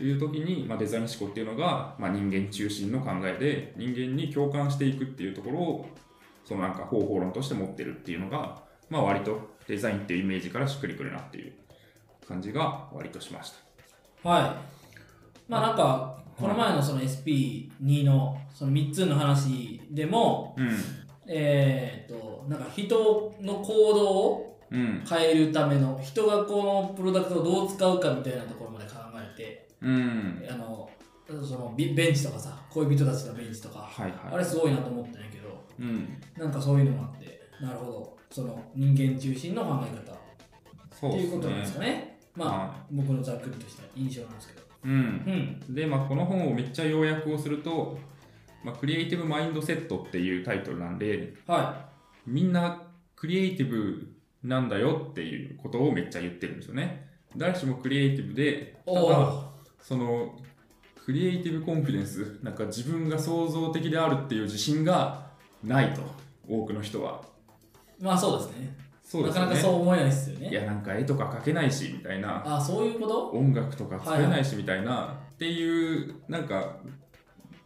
Speaker 2: いう時に、まあ、デザイン思考っていうのが、まあ、人間中心の考えで人間に共感していくっていうところをそのなんか方法論として持ってるっていうのが、まあ、割とデザインっていうイメージからしっくりくるなっていう感じが割としました。
Speaker 3: はいまあなんかこの前のその SP2 のその3つの話でも
Speaker 2: うん、
Speaker 3: えーっとなんか人の行動を
Speaker 2: うん、
Speaker 3: 変えるための人がこのプロダクトをどう使うかみたいなところまで考えて
Speaker 2: うん、
Speaker 3: あのそのビベンチとかさ恋人たちのベンチとか
Speaker 2: はいはい。
Speaker 3: あれすごいなと思ったんやけど
Speaker 2: うん、
Speaker 3: なんかそういうのもあってなるほどその人間中心の考え
Speaker 2: そ
Speaker 3: 方っ
Speaker 2: う
Speaker 3: て
Speaker 2: で
Speaker 3: いう
Speaker 2: す
Speaker 3: ことなんです
Speaker 2: ね。
Speaker 3: かねまあ
Speaker 2: は
Speaker 3: 僕のざっくりとした印象なんですけど
Speaker 2: いうん
Speaker 3: う、ん
Speaker 2: で、まあ、この本をめっちゃ要約をすると、まあ、クリエイティブマインドセットっていうタイトルなんで、
Speaker 3: は
Speaker 2: みんなクリエイティブなんだよっていうことをめっちゃ言ってるんですよね。誰しもクリエイティブで
Speaker 3: い、
Speaker 2: た
Speaker 3: お
Speaker 2: だ、
Speaker 3: お
Speaker 2: その、クリエイティブコンフィデンス、なんか自分が創造的であるっていう自信がないと、多くの人は。
Speaker 3: まあそうですね
Speaker 2: そうで
Speaker 3: な
Speaker 2: すよ
Speaker 3: か
Speaker 2: ね。
Speaker 3: なかそう思えないですよね
Speaker 2: いや、なんか絵とか描けないし、みたいな。
Speaker 3: あそういうこと
Speaker 2: 音楽とか作れないしみたいなっていうなんか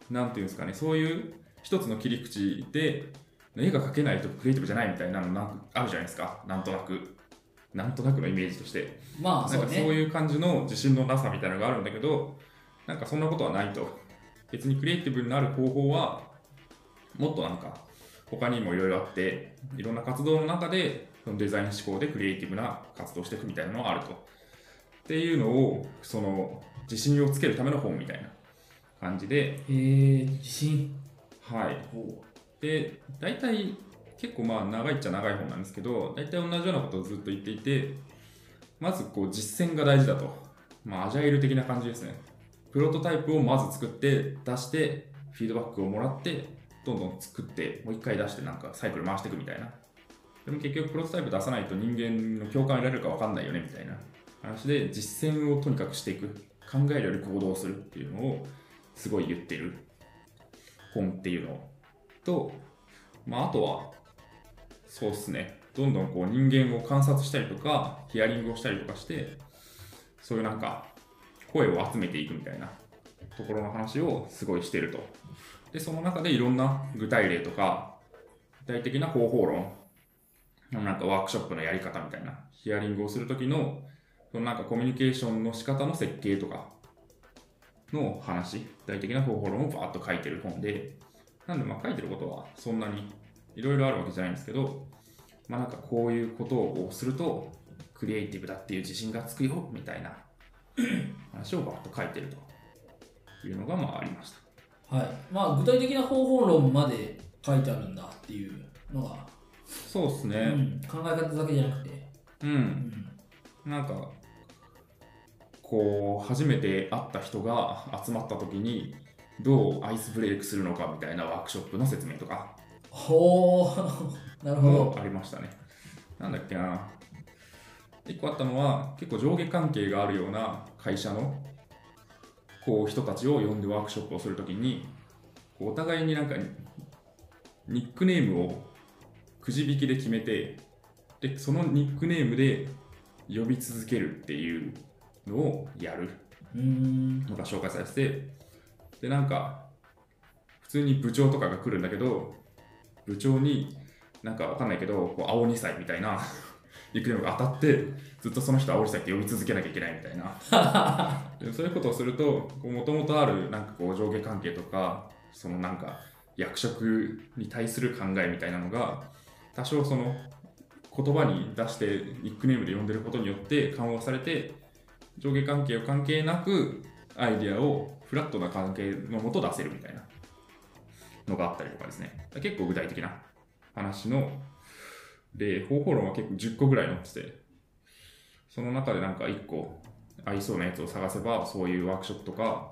Speaker 2: なんていうんですかねそういう一つの切り口で絵が描けないとクリエイティブじゃないみたいなのなんかあるじゃないですかなんとなくなんとなくのイメージとして
Speaker 3: まあ
Speaker 2: なん
Speaker 3: そう
Speaker 2: かそう
Speaker 3: ね
Speaker 2: いう感じの自信のなさみたいなのがあるんだけどなんかそんなことはないと別にクリエイティブになる方法はもっとなんか他にもいろいろあっていろんな活動の中でそのデザイン思考でクリエイティブな活動をしていくみたいなのがあるとっていうのをその自信をつけるための本みたいな感じで
Speaker 3: へえ自信
Speaker 2: はいで大体結構まあ長いっちゃ長い本なんですけど大体同じようなことをずっと言っていてまずこう実践が大事だと、まあ、アジャイル的な感じですねプロトタイプをまず作って出してフィードバックをもらってどんどん作ってもう一回出してなんかサイクル回していくみたいなでも結局プロトタイプ出さないと人間の共感を得られるか分かんないよねみたいな話で実践をとにかくしていく考えるより行動するっていうのをすごい言ってる本っていうのをと、まあ、あとは、そうっすね、どんどんこう人間を観察したりとか、ヒアリングをしたりとかして、そういうなんか、声を集めていくみたいなところの話をすごいしてると。で、その中でいろんな具体例とか、具体的な方法論、なんかワークショップのやり方みたいな、ヒアリングをするときの、そのなんかコミュニケーションの仕方の設計とかの話、具体的な方法論をバーッと書いてる本で、なんでまあ書いてることはそんなにいろいろあるわけじゃないんですけど、まあなんかこういうことをするとクリエイティブだっていう自信がつくよみたいな話をバーッと書いてるというのがまあありました。
Speaker 3: はいまあ具体的な方法論まで書いてあるんだっていうのが、
Speaker 2: そうです
Speaker 3: う
Speaker 2: ね。
Speaker 3: ん、考え方だけじゃなくて、
Speaker 2: う。
Speaker 3: うんん、
Speaker 2: なんか、こう、初めて会った人が集まった時に、どうアイスブレイクするのかみたいなワークショップの説明とか、
Speaker 3: ほう なるほ
Speaker 2: も
Speaker 3: ど
Speaker 2: ありましたね。なんだっけな。一個あったのは、結構上下関係があるような会社のこう人たちを呼んでワークショップをするときに、こうお互いになんかニックネームをくじ引きで決めて、で、そのニックネームで呼び続けるっていうのをやる
Speaker 3: うーん
Speaker 2: のが紹介されてて、で、なんか、普通に部長とかが来るんだけど、部長に、なんかわかんないけど、こう青2歳みたいな、 ニックネームが当たって、ずっとその人青2歳って呼び続けなきゃいけないみたいな。 でそういうことをすると、もともとあるなんかこう上下関係とか、そのなんか役職に対する考えみたいなのが、多少その言葉に出してニックネームで呼んでることによって緩和されて、上下関係を関係なくアイディアをフラットな関係のもと出せるみたいなのがあったりとかですね。結構具体的な話の、で、方法論は結構10個ぐらい載ってて、その中でなんか一個合いそうなやつを探せば、そういうワークショップとか、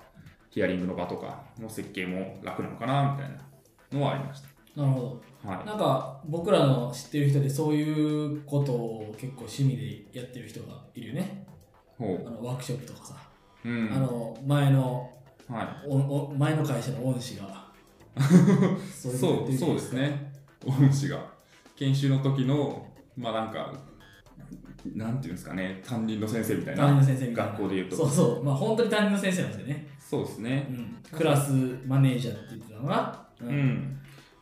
Speaker 2: ヒアリングの場とかの設計も楽なのかなみたいなのはありまし
Speaker 3: なるほど
Speaker 2: た。はい。
Speaker 3: なんか僕らの知ってる人でそういうことを結構趣味でやってる人がいるよね
Speaker 2: ほ
Speaker 3: あのワークショップとかさ、
Speaker 2: う。うん。
Speaker 3: あの前の
Speaker 2: は
Speaker 3: おお前の会社の恩師がそ
Speaker 2: い。
Speaker 3: いのや
Speaker 2: そ
Speaker 3: って
Speaker 2: う、
Speaker 3: るじゃ
Speaker 2: そ
Speaker 3: な
Speaker 2: う
Speaker 3: い
Speaker 2: ですね。恩師が。研修の時の、まあなんか、なんていうんですかね、担任の先生みたい
Speaker 3: 担任
Speaker 2: な
Speaker 3: の。先生みたいな
Speaker 2: 学校で言うと
Speaker 3: そうそうまあ本当に担任の先生なんですよね、
Speaker 2: そうです
Speaker 3: う
Speaker 2: ね。
Speaker 3: ん、クラスマネージャーって言ってたのが、う
Speaker 2: うんん。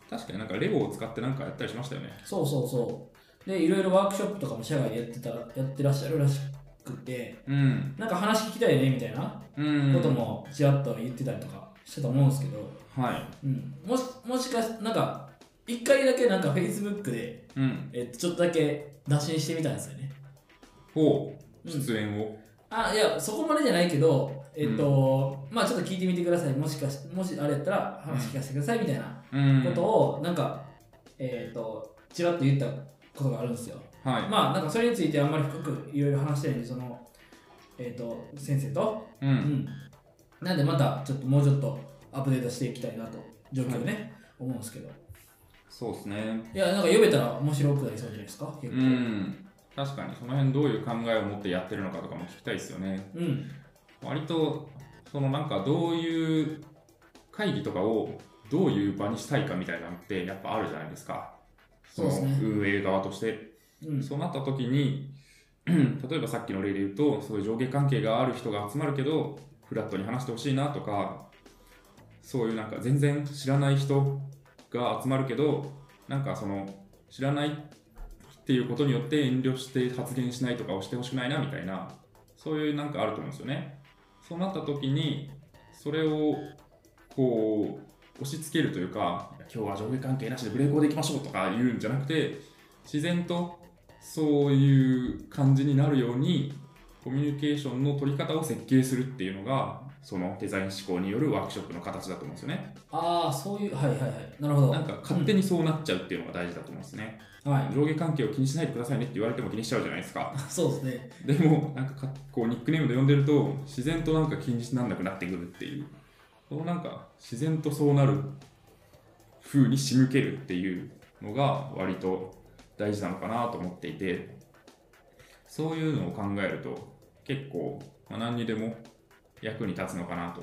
Speaker 2: 確かになんかレゴを使ってなんかやったりしましたよね。
Speaker 3: そうそうそうでいろいろワークショップとかも社外でやってたらやってらっしゃるらしくて
Speaker 2: うん。
Speaker 3: なんか話聞きたいねみたいな
Speaker 2: うん。
Speaker 3: こと。もちらっと言ってたりとかしてたと思うんですけど、
Speaker 2: はい。
Speaker 3: うん、もしもしかしなんか一回だけなんか Facebook で、
Speaker 2: うん。
Speaker 3: えっと、ちょっとだけ打診してみたんですよね、
Speaker 2: ほう。
Speaker 3: うん
Speaker 2: 出演を。
Speaker 3: あいやそこまでじゃないけどえっと、まあちょっと聞いてみてくださいもしかしもしあれやったら話聞かせてくださいみたいな
Speaker 2: うん。
Speaker 3: ことをなんかえっとちらっと言ったことがあるんですよ
Speaker 2: はい。
Speaker 3: まあなんかそれについてあんまり深くいろいろ話してないんでそのえっと先生と
Speaker 2: う。
Speaker 3: うんんなんでまたちょっともうちょっとアップデートしていきたいなと状況ね、思うんですけど
Speaker 2: そうですね。
Speaker 3: いやなんか読めたら面白くなりそうじゃないですか結構
Speaker 2: うん。確かに、その辺どういう考えを持ってやってるのかとかも聞きたいですよね。
Speaker 3: うん
Speaker 2: 割と、そのなんかどういう会議とかをどういう場にしたいかみたいなのってやっぱあるじゃないですか。
Speaker 3: そうですね
Speaker 2: の運営側として。
Speaker 3: うん
Speaker 2: そうなった時に、 例えばさっきの例で言うと、そういう上下関係がある人が集まるけど、フラットに話してほしいなとか、そういうなんか全然知らない人が集まるけど、なんかその知らないっていうことによって遠慮して発言しないとかをしてほしくないなみたいな、そういうなんかあると思うんですよね。そうなった時に、それをこう押し付けるというか、今日は上下関係なしでブレイクをでいきましょうとか言うんじゃなくて、自然とそういう感じになるようにコミュニケーションの取り方を設計するっていうのがそのデザイン思考によるワークショップの形だと思うんですよね
Speaker 3: ああそういうはいはいはいなるほど
Speaker 2: なんか勝手にそうなっちゃうっていうのが大事だと思うんですね、
Speaker 3: はい
Speaker 2: 上下関係を気にしないでくださいねって言われても気にしちゃうじゃないですか
Speaker 3: そうですね
Speaker 2: でもなんかかこうニックネームで呼んでると自然となんか気にしなんなくなってくるっていうこのなんか自然とそうなる風に仕向けるっていうのが割と大事なのかなと思っていてそういうのを考えると結構、まあ、何にでも役に立つのかなと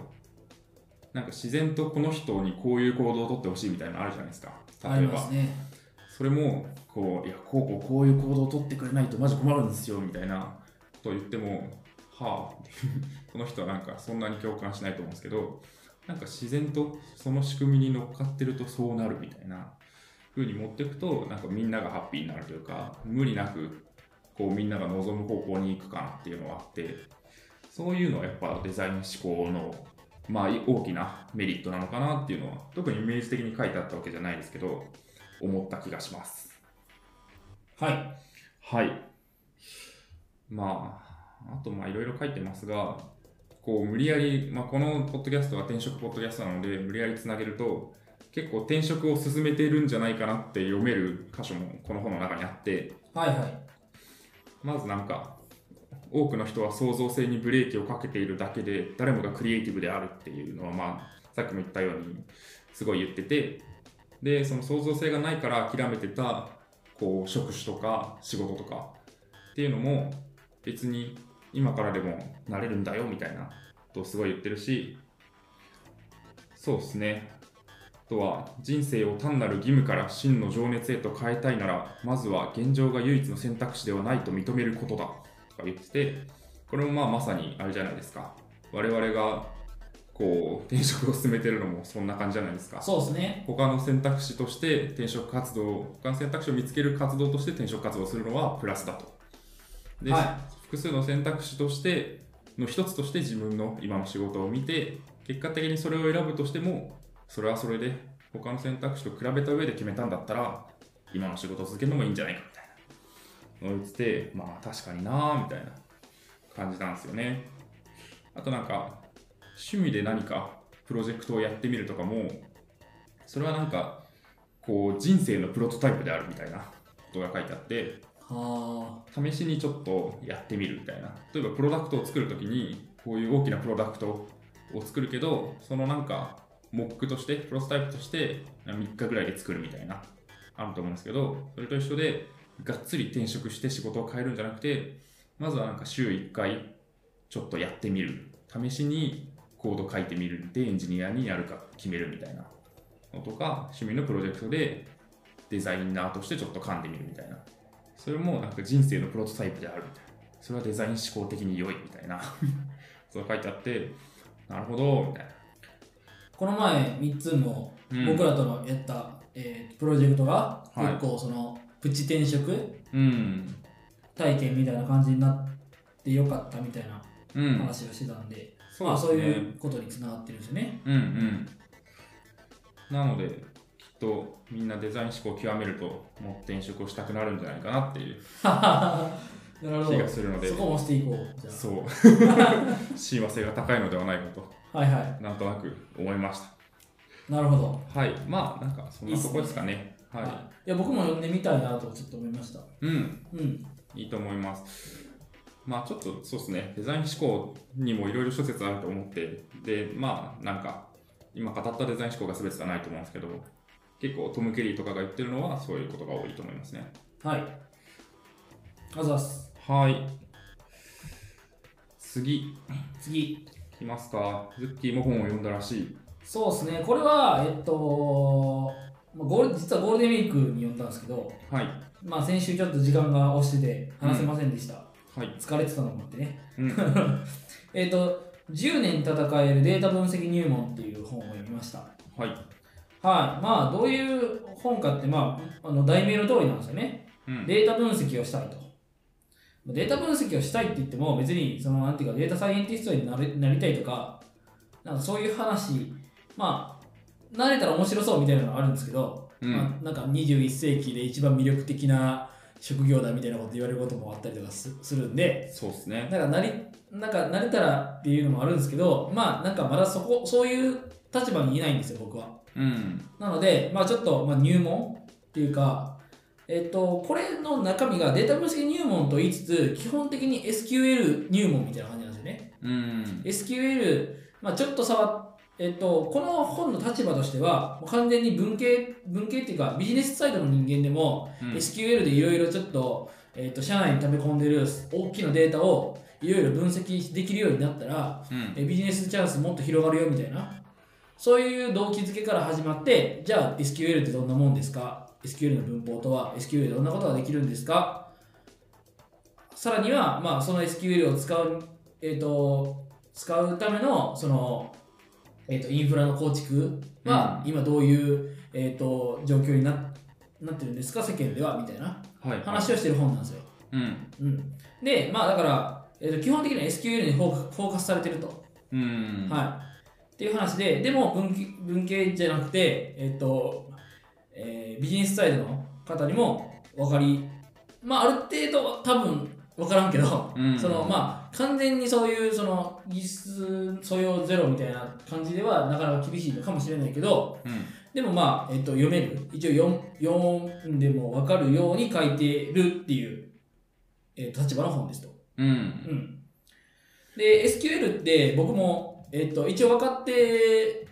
Speaker 2: なんか自然とこの人にこういう行動をとってほしいみたいなのあるじゃないですか
Speaker 3: あ
Speaker 2: 例
Speaker 3: り
Speaker 2: え
Speaker 3: ま
Speaker 2: ば
Speaker 3: すね
Speaker 2: それもこういやこうこうこういう行動を取ってくれないとマジ困るんですよみたいなことを言ってもはあっていう この人はなんかそんなに共感しないと思うんですけどなんか自然とその仕組みに乗っかってるとそうなるみたいな風に持っていくとなんかみんながハッピーになるというか無理なくこうみんなが望む方向に行くかなっていうのはあってそういうのはやっぱデザイン思考のまあ大きなメリットなのかなっていうのは特にイメージ的に書いてあったわけじゃないですけど思った気がします。
Speaker 3: はい
Speaker 2: はい。まあ、あとまあいろいろ書いてますが、こう無理やり、まあ、このポッドキャストは転職ポッドキャストなので、無理やりつなげると、結構転職を進めてるんじゃないかなって読める箇所もこの本の中にあって、
Speaker 3: はいはい
Speaker 2: まずなんか、多くの人は創造性にブレーキをかけているだけで、誰もがクリエイティブであるっていうのは、まあ、さっきも言ったように、すごい言ってて、で、その創造性がないから諦めてた、こう、職種とか仕事とかっていうのも、別に今からでもなれるんだよみたいなことをすごい言ってるし、そうですね。あとは人生を単なる義務から真の情熱へと変えたいならまずは現状が唯一の選択肢ではないと認めることだとか言っててこれもまあまさにあれじゃないですか我々がこう転職を進めてるのもそんな感じじゃないですか
Speaker 3: そうですね
Speaker 2: 他の選択肢として転職活動他の選択肢を見つける活動として転職活動をするのはプラスだとで、
Speaker 3: は
Speaker 2: 複数の選択肢としての一つとして自分の今の仕事を見て結果的にそれを選ぶとしてもそれはそれで他の選択肢と比べた上で決めたんだったら今の仕事を続けるのもいいんじゃないかみたいなのを言っててまあ確かになーみたいな感じなんですよねあとなんか趣味で何かプロジェクトをやってみるとかもそれはなんかこう人生のプロトタイプであるみたいなことが書いてあって
Speaker 3: は
Speaker 2: 試しにちょっとやってみるみたいな例えばプロダクトを作るときにこういう大きなプロダクトを作るけどそのなんかモックとしてプロトタイプとして3日ぐらいで作るみたいなあると思うんですけどそれと一緒でがっつり転職して仕事を変えるんじゃなくてまずはなんか週1回ちょっとやってみる試しにコード書いてみるでエンジニアになるか決めるみたいなのとか趣味のプロジェクトでデザイナーとしてちょっと噛んでみるみたいなそれもなんか人生のプロトタイプであるみたいな。それはデザイン思考的に良いみたいな。 そう書いてあって、なるほど、みたいな。
Speaker 3: あこの前3つも
Speaker 2: うん
Speaker 3: 僕らとのやった、えープロジェクトが
Speaker 2: はい
Speaker 3: 結構そのプチ転職
Speaker 2: うん。
Speaker 3: 体験みたいな感じになってよかったみたいな
Speaker 2: うん。
Speaker 3: 話をしてたんで、
Speaker 2: そう
Speaker 3: まあ、
Speaker 2: です
Speaker 3: そう
Speaker 2: ね
Speaker 3: いうことにつながってるんですよ ね
Speaker 2: うんうん。なので、きっとみんなデザイン思考を極めると、もう転職をしたくなるんじゃないかなっていう
Speaker 3: なるほ
Speaker 2: 気
Speaker 3: ど
Speaker 2: が。するので
Speaker 3: そ、こもしていこう。じゃ
Speaker 2: そう。 親和性が高いのではないかと、
Speaker 3: あはいは
Speaker 2: なんとなく思いまし
Speaker 3: い。なるほど。
Speaker 2: た。はい。まあ、なんかそんなとこですかね。
Speaker 3: い
Speaker 2: は
Speaker 3: や、僕も読んでみたいなとちょっと思いました。
Speaker 2: い。うん。
Speaker 3: うん。
Speaker 2: いいと思います。まあちょっとそうですね、デザイン思考にもいろいろ諸説あると思って、で、まあなんか、今語ったデザイン思考が全てじゃないと思うんですけど、結構トム・ケリーとかが言ってるのはそういうことが多いと思いますね。
Speaker 3: はい。あざっす。
Speaker 2: はい。次、
Speaker 3: 次。
Speaker 2: いきますか。ズッキーも本を読んだらしい。
Speaker 3: そうですね。これは、えっと、まあゴール実はゴールデンウィークに読んだんですけど、
Speaker 2: はい。
Speaker 3: まあ先週ちょっと時間が押してて話せませんでした。
Speaker 2: はい。
Speaker 3: 疲れてたのもあってね。
Speaker 2: うん。
Speaker 3: えっと、10年戦えるデータ分析入門っていう本を読みました。
Speaker 2: はい。
Speaker 3: はい、まあどういう本かって、まあ、あの題名の通りなんですよね。
Speaker 2: うん。
Speaker 3: データ分析をしたいと。データ分析をしたいって言っても、別にそのなんていうかデータサイエンティストになれなりたいとか、なんかそういう話、まあ、慣れたら面白そうみたいなのがあるんですけど、
Speaker 2: うん
Speaker 3: まあ、なんか21世紀で一番魅力的な職業だみたいなこと言われることもあったりとかすするんで、
Speaker 2: そうですね。
Speaker 3: なんかなりなんか慣れたらっていうのもあるんですけど、まあなんかまだそこ、そういう立場にいないんですよ、僕は。
Speaker 2: うん。
Speaker 3: なので、まあ、ちょっと、まあ、入門っていうか、えっと、これの中身がデータ分析入門と言いつつ、基本的に SQL 入門みたいな感じなんですよね。
Speaker 2: うん。
Speaker 3: SQL、まあ、ちょっと触っえっと、この本の立場としては、もう完全に文系、文系っていうか、ビジネスサイドの人間でも、
Speaker 2: うん
Speaker 3: SQL でいろいろちょっと、えっと、社内に溜め込んでる大きなデータをいろいろ分析できるようになったら、
Speaker 2: うん。
Speaker 3: えビジネスチャンスもっと広がるよみたいなそういう動機づけから始まってじゃあ SQL ってどんなもんですか SQL の文法とは SQL でどんなことができるんですかさらには、まあ、その SQL を使う,、えー、と使うためのその、えー、とインフラの構築は今どういう、えー、と状況にななってるんですか世間ではみたいな
Speaker 2: はい。
Speaker 3: 話をしてる本なんですよ、
Speaker 2: うん。
Speaker 3: うん、でまあだから、えー、と基本的には SQL にフォーカフォーカスされてると
Speaker 2: うん。
Speaker 3: はい、っていう話で、でも文系文系じゃなくて、えっとえービジネスサイドの方にも分かり、まあ、ある程度は多分分からんけど、
Speaker 2: うん
Speaker 3: そのまあ、完全にそういうその技術素養ゼロみたいな感じではなかなか厳しいのかもしれないけど、
Speaker 2: うん。
Speaker 3: でもまあ、えっと読める、一応読ん読んでも分かるように書いてるっていう、えっと立場の本ですと。
Speaker 2: うん。
Speaker 3: うん、で SQL って僕も、えっと一応分かって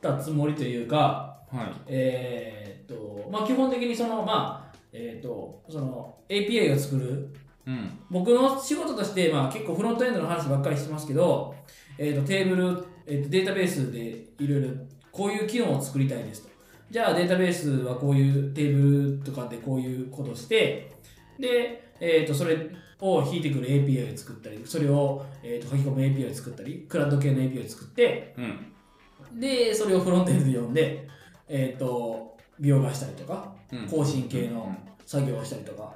Speaker 3: たつもりというか、
Speaker 2: はい。
Speaker 3: えーっとまあ、基本的にその、まあえーっとその API を作る
Speaker 2: うん。
Speaker 3: 僕の仕事として、まあ、結構フロントエンドの話ばっかりしてますけど、えーっとテーブル、えーっとデータベースでいろいろこういう機能を作りたいですと。じゃあデータベースはこういうテーブルとかでこういうことして、で、えー、とそれを引いてくる API を作ったり、それを、えー、と書き込む API を作ったり、クラウド系の API を作って、
Speaker 2: うん。
Speaker 3: で、それをフロントエンドで読んで、えっ、と、描画したりとか、
Speaker 2: うん
Speaker 3: 更新系の作業をしたりとか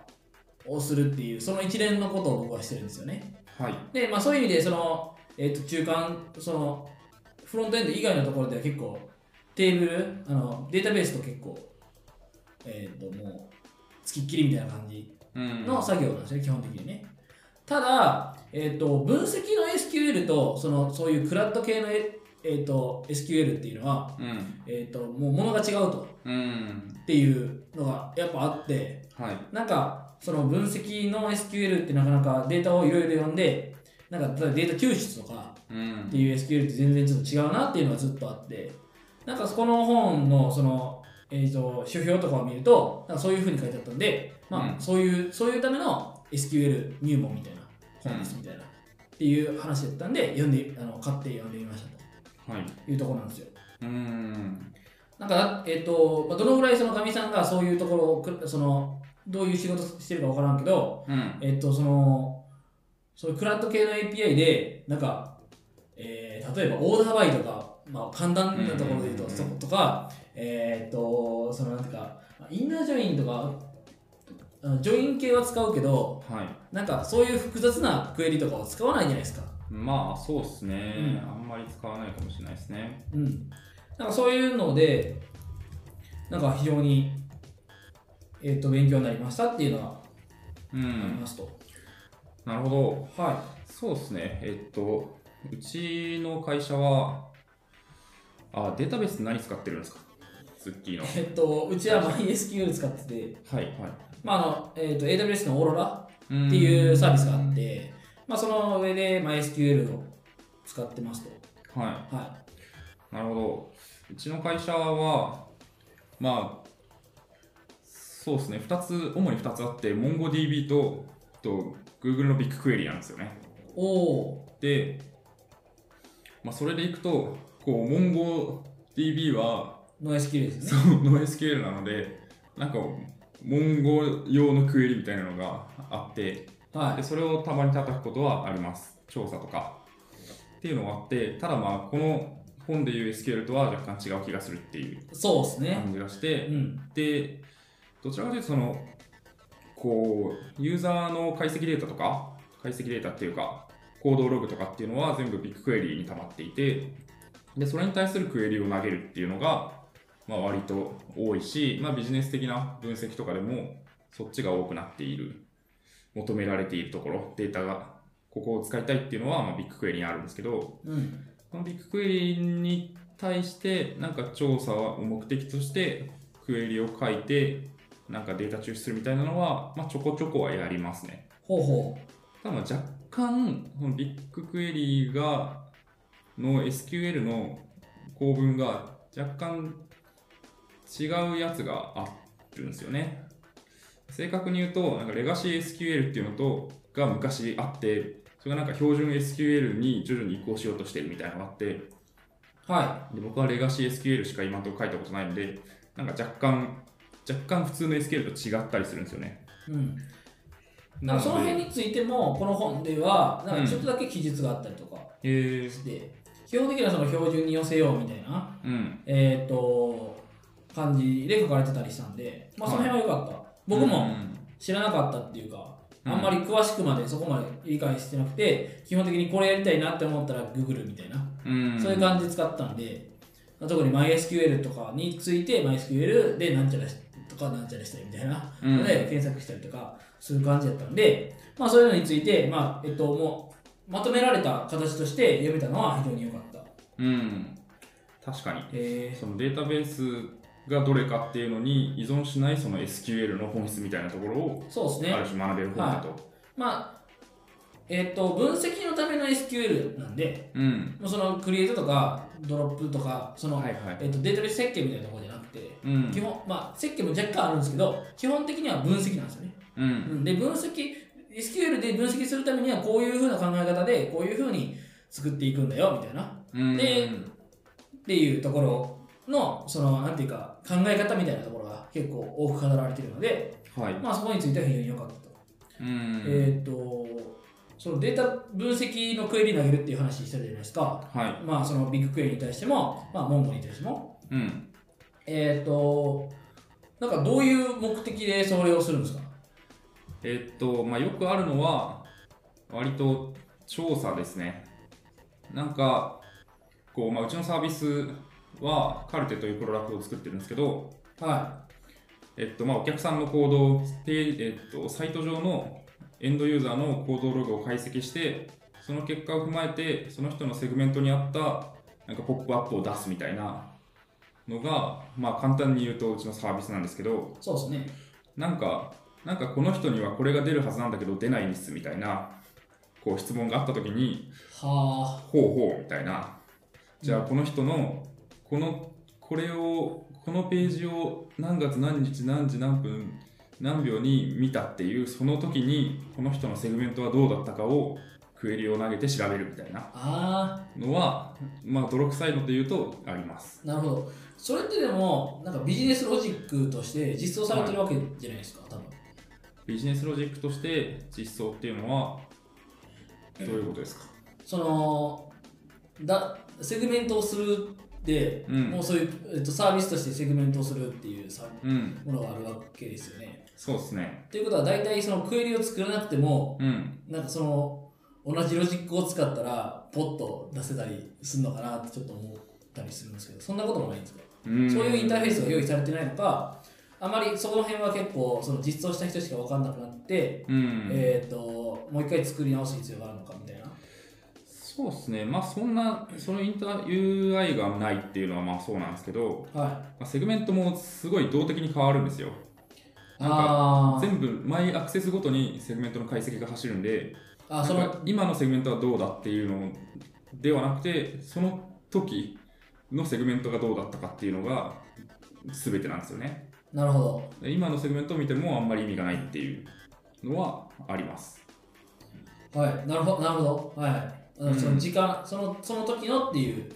Speaker 3: をするっていう、その一連のことを僕はしてるんですよね。
Speaker 2: はい。
Speaker 3: で、まあそういう意味で、その、えー、と中間、その、フロントエンド以外のところでは結構、テーブル、あのデータベースと結構、えっ、と、もう、つきっきりみたいな感じ
Speaker 2: うん
Speaker 3: の作業なんですね、基本的にね。ただ、えっと分析の SQL とそのそういうクラッド系の、ええっと SQL っていうのは、
Speaker 2: うん。
Speaker 3: えっともうものが違うと
Speaker 2: うん。
Speaker 3: っていうのがやっぱあって
Speaker 2: はい。
Speaker 3: なんかその分析の SQL ってなかなかデータをいろいろ読んで、なんか例えばデータ抽出とか
Speaker 2: うん
Speaker 3: っていう SQL って全然ちょっと違うなっていうのはずっとあって、なんかそこの本のその、えー、と指標とかを見ると、なんかそういうふうに書いてあったんで、まあ
Speaker 2: うん
Speaker 3: そういう、そういうための SQL 入門みたいな本ですみたいな、っていう話だったんで、読んで、あの買って読んでみました
Speaker 2: はい
Speaker 3: というところなんですよ。
Speaker 2: うん
Speaker 3: なんか、えっ、と、まあどのぐらいそのかみさんがそういうところをく、その、どういう仕事してるかわからんけど、
Speaker 2: うん
Speaker 3: えっ、と、その、そういうクラウド系の API で、なんか、えー例えばオーダーバイとか、まあ、簡単なところで言う
Speaker 2: う
Speaker 3: と、
Speaker 2: ん
Speaker 3: そことか、えっ、と、そのなんていうか、インナージョインとか、あのジョイン系は使うけど、
Speaker 2: はい
Speaker 3: なんかそういう複雑なクエリとかを使わないじゃないですか。
Speaker 2: まあそうですね、
Speaker 3: うん
Speaker 2: あんまり使わないかもしれないですね
Speaker 3: うん、なんかそういうので、なんか非常に、えっと勉強になりましたっていうのが
Speaker 2: う
Speaker 3: あり
Speaker 2: ん
Speaker 3: ますと。
Speaker 2: なるほど
Speaker 3: は
Speaker 2: そうですね、えっと、うちの会社は、あ、データベース何使ってるんですかスッキーの。
Speaker 3: い
Speaker 2: は。
Speaker 3: えっ、と、うち は MySQL 使ってて、
Speaker 2: い、はい。
Speaker 3: まああのえっと AWS のオーロラ
Speaker 2: っ
Speaker 3: っていうサービスがあっ。て、まあ、その上で MySQL を使ってますと。
Speaker 2: は、
Speaker 3: はい
Speaker 2: なるほど。うちの会社は、まあ、そうですね、2つ、主に2つあって、MongoDB と、と Google のビッグクエリなんですよね。
Speaker 3: い、おお
Speaker 2: で、まあ、それでいくと、こう、MongoDB は、
Speaker 3: ー、NoSQL です
Speaker 2: そ
Speaker 3: ね。
Speaker 2: う、ノ SQL なので、なんか、文語用のクエリみたいなのがあって、
Speaker 3: は
Speaker 2: で
Speaker 3: い、
Speaker 2: それをたまに叩くことはあります。調査とか。っていうのがあって、ただまあ、この本でいう SQL とは若干違う気がするっていう
Speaker 3: そうですね。
Speaker 2: 感じがし
Speaker 3: う
Speaker 2: て、
Speaker 3: ん、
Speaker 2: で、どちらかというと、その、こう、ユーザーの解析データとか、解析データっていうか、行動ログとかっていうのは全部ビッグクエリーに溜まっていて、で、それに対するクエリを投げるっていうのが、まあ割と多いし、まあビジネス的な分析とかでも、そっちが多くなっている、求められているところ、データが、ここを使いたいっていうのは、まあ、ビッグクエリにあるんですけど、
Speaker 3: うん、
Speaker 2: このビッグクエリに対して、なんか調査を目的として、クエリを書いて、なんかデータ抽出するみたいなのは、まあ、ちょこちょこはやりますね。
Speaker 3: ほうほ
Speaker 2: ただまあ若干、このビッグクエリが、の SQL の構文が若干違うやつがあるんですよね。正確に言うと、なんかレガシー SQL っていうのとが昔あって、それがなんか標準 SQL に徐々に移行しようとしてるみたいなのがあって、
Speaker 3: う。は
Speaker 2: で僕はレガシー SQL しか今のところ書いたことないので、なんか若干、若干普通の SQL と違ったりするんですよね。
Speaker 3: い。うん
Speaker 2: なので
Speaker 3: その辺についてもこの本ではなんかちょっとだけ記述があったりとか
Speaker 2: えー、
Speaker 3: して、基本的にはその標準に寄せようみたいな、
Speaker 2: うん。
Speaker 3: えー、と感じで書かれてたりしたんで、まあ、その辺は良かった、僕
Speaker 2: う
Speaker 3: も
Speaker 2: ん
Speaker 3: 知らなかったっていうか、
Speaker 2: うん
Speaker 3: あんまり詳しくまでそこまで理解してなくて基本的にこれやりたいなって思ったらググるみたいな、
Speaker 2: うん、
Speaker 3: そういう感じで使ったんで特に MySQL とかについて MySQL でなんちゃらしとかなんちゃらしたりみたいな
Speaker 2: うん
Speaker 3: で検索したりとかする感じだったんで、まあ、そういうのについて、まあえっと、もうまとめられた形として読めたのは非常に良かった。
Speaker 2: うん、確かに
Speaker 3: え
Speaker 2: そのデータベースがどれかっていうのに依存しないその SQL の本質みたいなところを
Speaker 3: ー、そうです
Speaker 2: あ
Speaker 3: ね
Speaker 2: る、種学べる本だと、
Speaker 3: まあえっと分析のための SQL なんで
Speaker 2: うん
Speaker 3: もうそのクリエイトとかドロップとかその、
Speaker 2: はいはい
Speaker 3: えっとデータベース設計みたいなところじゃなくて、
Speaker 2: うん
Speaker 3: 基本まあ、設計も若干あるんですけど基本的には分析なんですよね、
Speaker 2: う
Speaker 3: うんん、で分析 SQL で分析するためにはこういうふうな考え方でこういうふうに作っていくんだよみたいな
Speaker 2: うん
Speaker 3: でっていうところのそのなんていうか考え方みたいなところが結構多く語られているので、
Speaker 2: はい
Speaker 3: まあ、そこについては非常に良かったと。
Speaker 2: うん
Speaker 3: えーっ、とそのデータ分析のクエリ投げるっていう話したじゃないですか、
Speaker 2: はい
Speaker 3: まあ、そのビッグクエリに対しても、まあ、モンゴに対しても、
Speaker 2: うん
Speaker 3: えーっ、となんかどういう目的でそれをするんですか
Speaker 2: えっとまあよくあるのは割と調査ですねなんかこう、まあ、うちのサービスはカルテというプロダクトを作ってるんですけど
Speaker 3: は
Speaker 2: えっとまあ、お客さんの行動ページえっと、サイト上のエンドユーザーの行動ログを解析して、その結果を踏まえて、その人のセグメントに合ったなんかポップアップを出すみたいなのが、まあ、簡単に言うとうちのサービスなんですけど、
Speaker 3: いそうですね
Speaker 2: なんか、なんかこの人にはこれが出るはずなんだけど出ないんですみたいなこう質問があった時に
Speaker 3: はあ
Speaker 2: ほうほうみたいなじゃあこの人のこのこれをこのページを何月何日何時何分何秒に見たっていうその時にこの人のセグメントはどうだったかをクエリを投げて調べるみたいな
Speaker 3: あ
Speaker 2: のはまあ泥臭いので言うとあります
Speaker 3: ーなるほどそれってでもなんかビジネスロジックとして実装されてるわけじゃないですか多分
Speaker 2: ビジネスロジックとして実装っていうのはどういうことですか、
Speaker 3: そのだセグメントをするで、
Speaker 2: うん
Speaker 3: もうそういう、えっと、サービスとしてセグメントをするっていうさ
Speaker 2: うん
Speaker 3: ものがあるわけですよね
Speaker 2: そうですね
Speaker 3: ということは大体そのクエリを作らなくても
Speaker 2: うん
Speaker 3: なんかその同じロジックを使ったらポッと出せたりするのかなってちょっと思ったりするんですけどそんなこともないんですか
Speaker 2: うん
Speaker 3: そういうインターフェースが用意されてないのかあまりそこの辺は結構その実装した人しか分かんなくなって、
Speaker 2: うん、
Speaker 3: えっ、ともう一回作り直す必要があるのかみたいな
Speaker 2: そうですねまあそんなそのインター UI がないっていうのはまあそうなんですけど、
Speaker 3: はい
Speaker 2: まあ、セグメントもすごい動的に変わるんですよなんか
Speaker 3: あー
Speaker 2: 全部毎アクセスごとにセグメントの解析が走るんで
Speaker 3: あそ
Speaker 2: なん
Speaker 3: の
Speaker 2: か今のセグメントはどうだっていうのではなくてその時のセグメントがどうだったかっていうのが全てなんですよね
Speaker 3: なるほど
Speaker 2: で今のセグメントを見てもあんまり意味がないっていうのはあります。
Speaker 3: はい、なるほど、なるほど。はいはい。あの
Speaker 2: うん
Speaker 3: その時間、その、その時のっていう、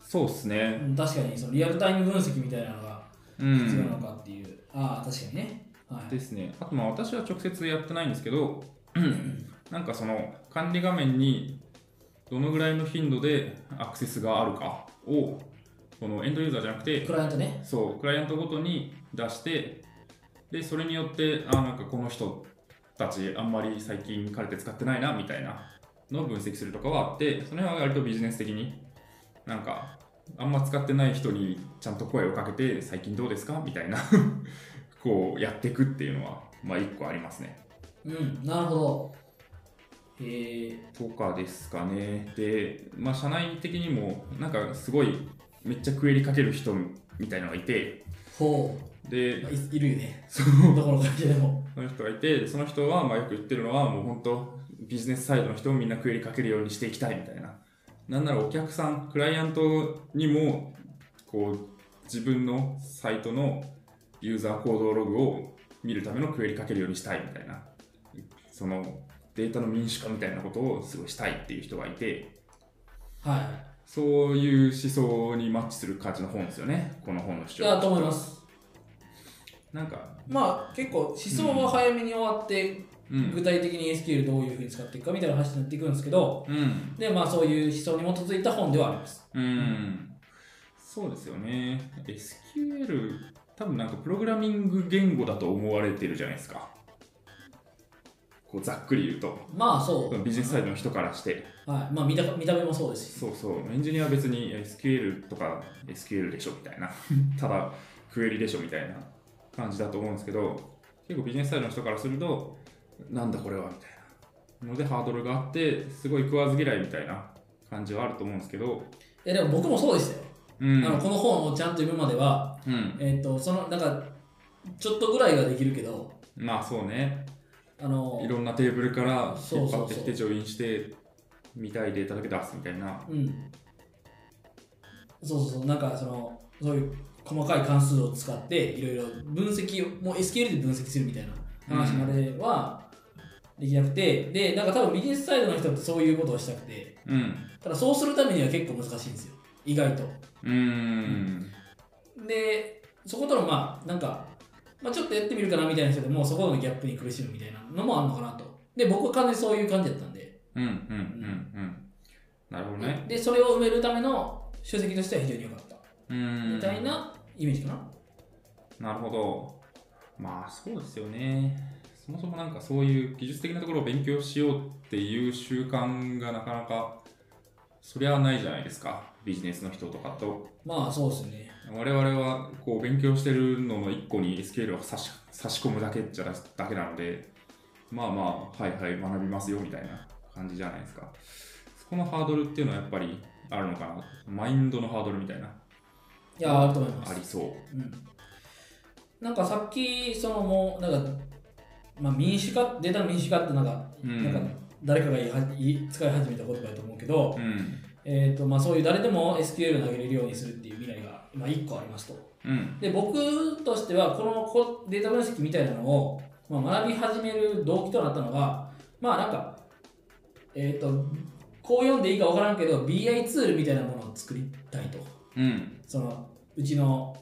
Speaker 2: そうです
Speaker 3: う
Speaker 2: ね。
Speaker 3: ん確かにそのリアルタイム分析みたいなのが
Speaker 2: う
Speaker 3: 必要なんの。かっていう。ああ、確かにね。は
Speaker 2: で
Speaker 3: い。
Speaker 2: すね。あとまあ私は直接やってないんですけど、なんかその管理画面にどのぐらいの頻度でアクセスがあるかを、このエンドユーザーじゃなくて
Speaker 3: ク、ライアントね。
Speaker 2: そう、クライアントごとに出して、で、それによって、あ、なんかこの人たちあんまり最近カルテ使ってないな、みたいなのを分析するとかはあって、その辺は割とビジネス的に、なんか、あんま使ってない人にちゃんと声をかけて、最近どうですかみたいな、 こうやっていくっていうのは、まあ一個ありますね。
Speaker 3: うん、なるほど。えー、
Speaker 2: とかですかね。で、まあ社内的にも、なんかすごい、めっちゃクエリかける人みたいなのがいて、
Speaker 3: ほう。
Speaker 2: で
Speaker 3: まあ、、いいるよね。
Speaker 2: そう
Speaker 3: どこの会社でも。
Speaker 2: その人がいて、その人はまあよく言ってるのは、もう本当、ビジネスサイドの人をみんなクエリかけるようにしていきたいみたいな。なんならお客さん、クライアントにも、こう、自分のサイトのユーザー行動ログを見るためのクエリかけるようにしたいみたいな。その、データの民主化みたいなことをすごいしたいっていう人がいて、
Speaker 3: は
Speaker 2: そういう思想にマッチする感じの本ですよね、この本の
Speaker 3: い。
Speaker 2: 主
Speaker 3: いや、
Speaker 2: 張。
Speaker 3: と思います。
Speaker 2: なんか、
Speaker 3: まあ、結構、思想は早めに終わって、
Speaker 2: うん。
Speaker 3: 具体的に SQL どういうふうに使っていくかみたいな話になっていくんですけど、
Speaker 2: うん。
Speaker 3: で、まあ、そういう思想に基づいた本ではあります。
Speaker 2: うん、そうですよね。SQL、多分なんかプログラミング言語だと思われてるじゃないですか。こうざっくり言うと。
Speaker 3: まあ、そう。
Speaker 2: ビジネスサイドの人からして、
Speaker 3: はい。まあ、見た見た目もそうですし。
Speaker 2: そうそう、エンジニアは別に SQL とか SQL でしょみた いな、ただクエリでしょみたいな感じだと思うんですけど、結構ビジネスサイドの人からすると、なんだこれはみたいなのでハードルがあって、すごい食わず嫌いみたいな感じはあると思うんですけど、
Speaker 3: いやでも僕もそうでしたよ、
Speaker 2: うん、
Speaker 3: あのこの本をちゃんと読むまでは、
Speaker 2: うん、
Speaker 3: えっとそのなんかちょっとぐらいができるけど
Speaker 2: まあそうね、
Speaker 3: あの
Speaker 2: いろんなテーブルから
Speaker 3: そう
Speaker 2: 引
Speaker 3: そう
Speaker 2: っ
Speaker 3: そう
Speaker 2: 張ってきてジョインして見たいデータだけ出すみたいな。
Speaker 3: うんそうそうそうなんかそのそういう細かい関数を使っていろいろ分析をもう SQL で分析するみたいな話まではできなくて、でなんか多分ビジネスサイドの人ってそういうことをしたくて
Speaker 2: うん。
Speaker 3: ただそうするためには結構難しいんですよ意外と
Speaker 2: うーん。
Speaker 3: でそことのまあなんか、まあ、ちょっとやってみるかなみたいな人でもうそこのギャップに苦しむみたいなのもあるのかなとで僕は完全にそういう感じだったんで、
Speaker 2: うんうんうんうん。なるほどね。
Speaker 3: でそれを埋めるための書籍としては非常に良かった、
Speaker 2: うーん。
Speaker 3: みたいなイメージかな
Speaker 2: なるほど。まあそうですよね。そもそもなんかそういう技術的なところを勉強しようっていう習慣がなかなかそりゃないじゃないですか。ビジネスの人とかと。
Speaker 3: まあそうですね
Speaker 2: 我々はこう勉強してるのの一個に SQL を差し差し込むだけじゃなだけなので、まあまあ、はいはい、学びますよみたいな感じじゃないですか。そこのハードルっていうのはやっぱりあるのかな。マインドのハードルみたいな、
Speaker 3: いやあると思いま
Speaker 2: あ
Speaker 3: す
Speaker 2: りそう。
Speaker 3: うんなんかさっきそのもうなんかまあ、民主化データの民主化ってなんか,、
Speaker 2: うん
Speaker 3: なんか誰かが言いは言い使い始めた言葉だと思うけど、
Speaker 2: うん
Speaker 3: えーとまあ、そういう誰でも SQL を投げれるようにするっていう未来が、まあ、1個ありますと。
Speaker 2: うん
Speaker 3: で僕としてはこのこデータ分析みたいなのを、まあ、学び始める動機となったのがまあなんかえっ、とこう読んでいいか分からんけど BI ツールみたいなものを作りたいと
Speaker 2: うん
Speaker 3: そのうちの、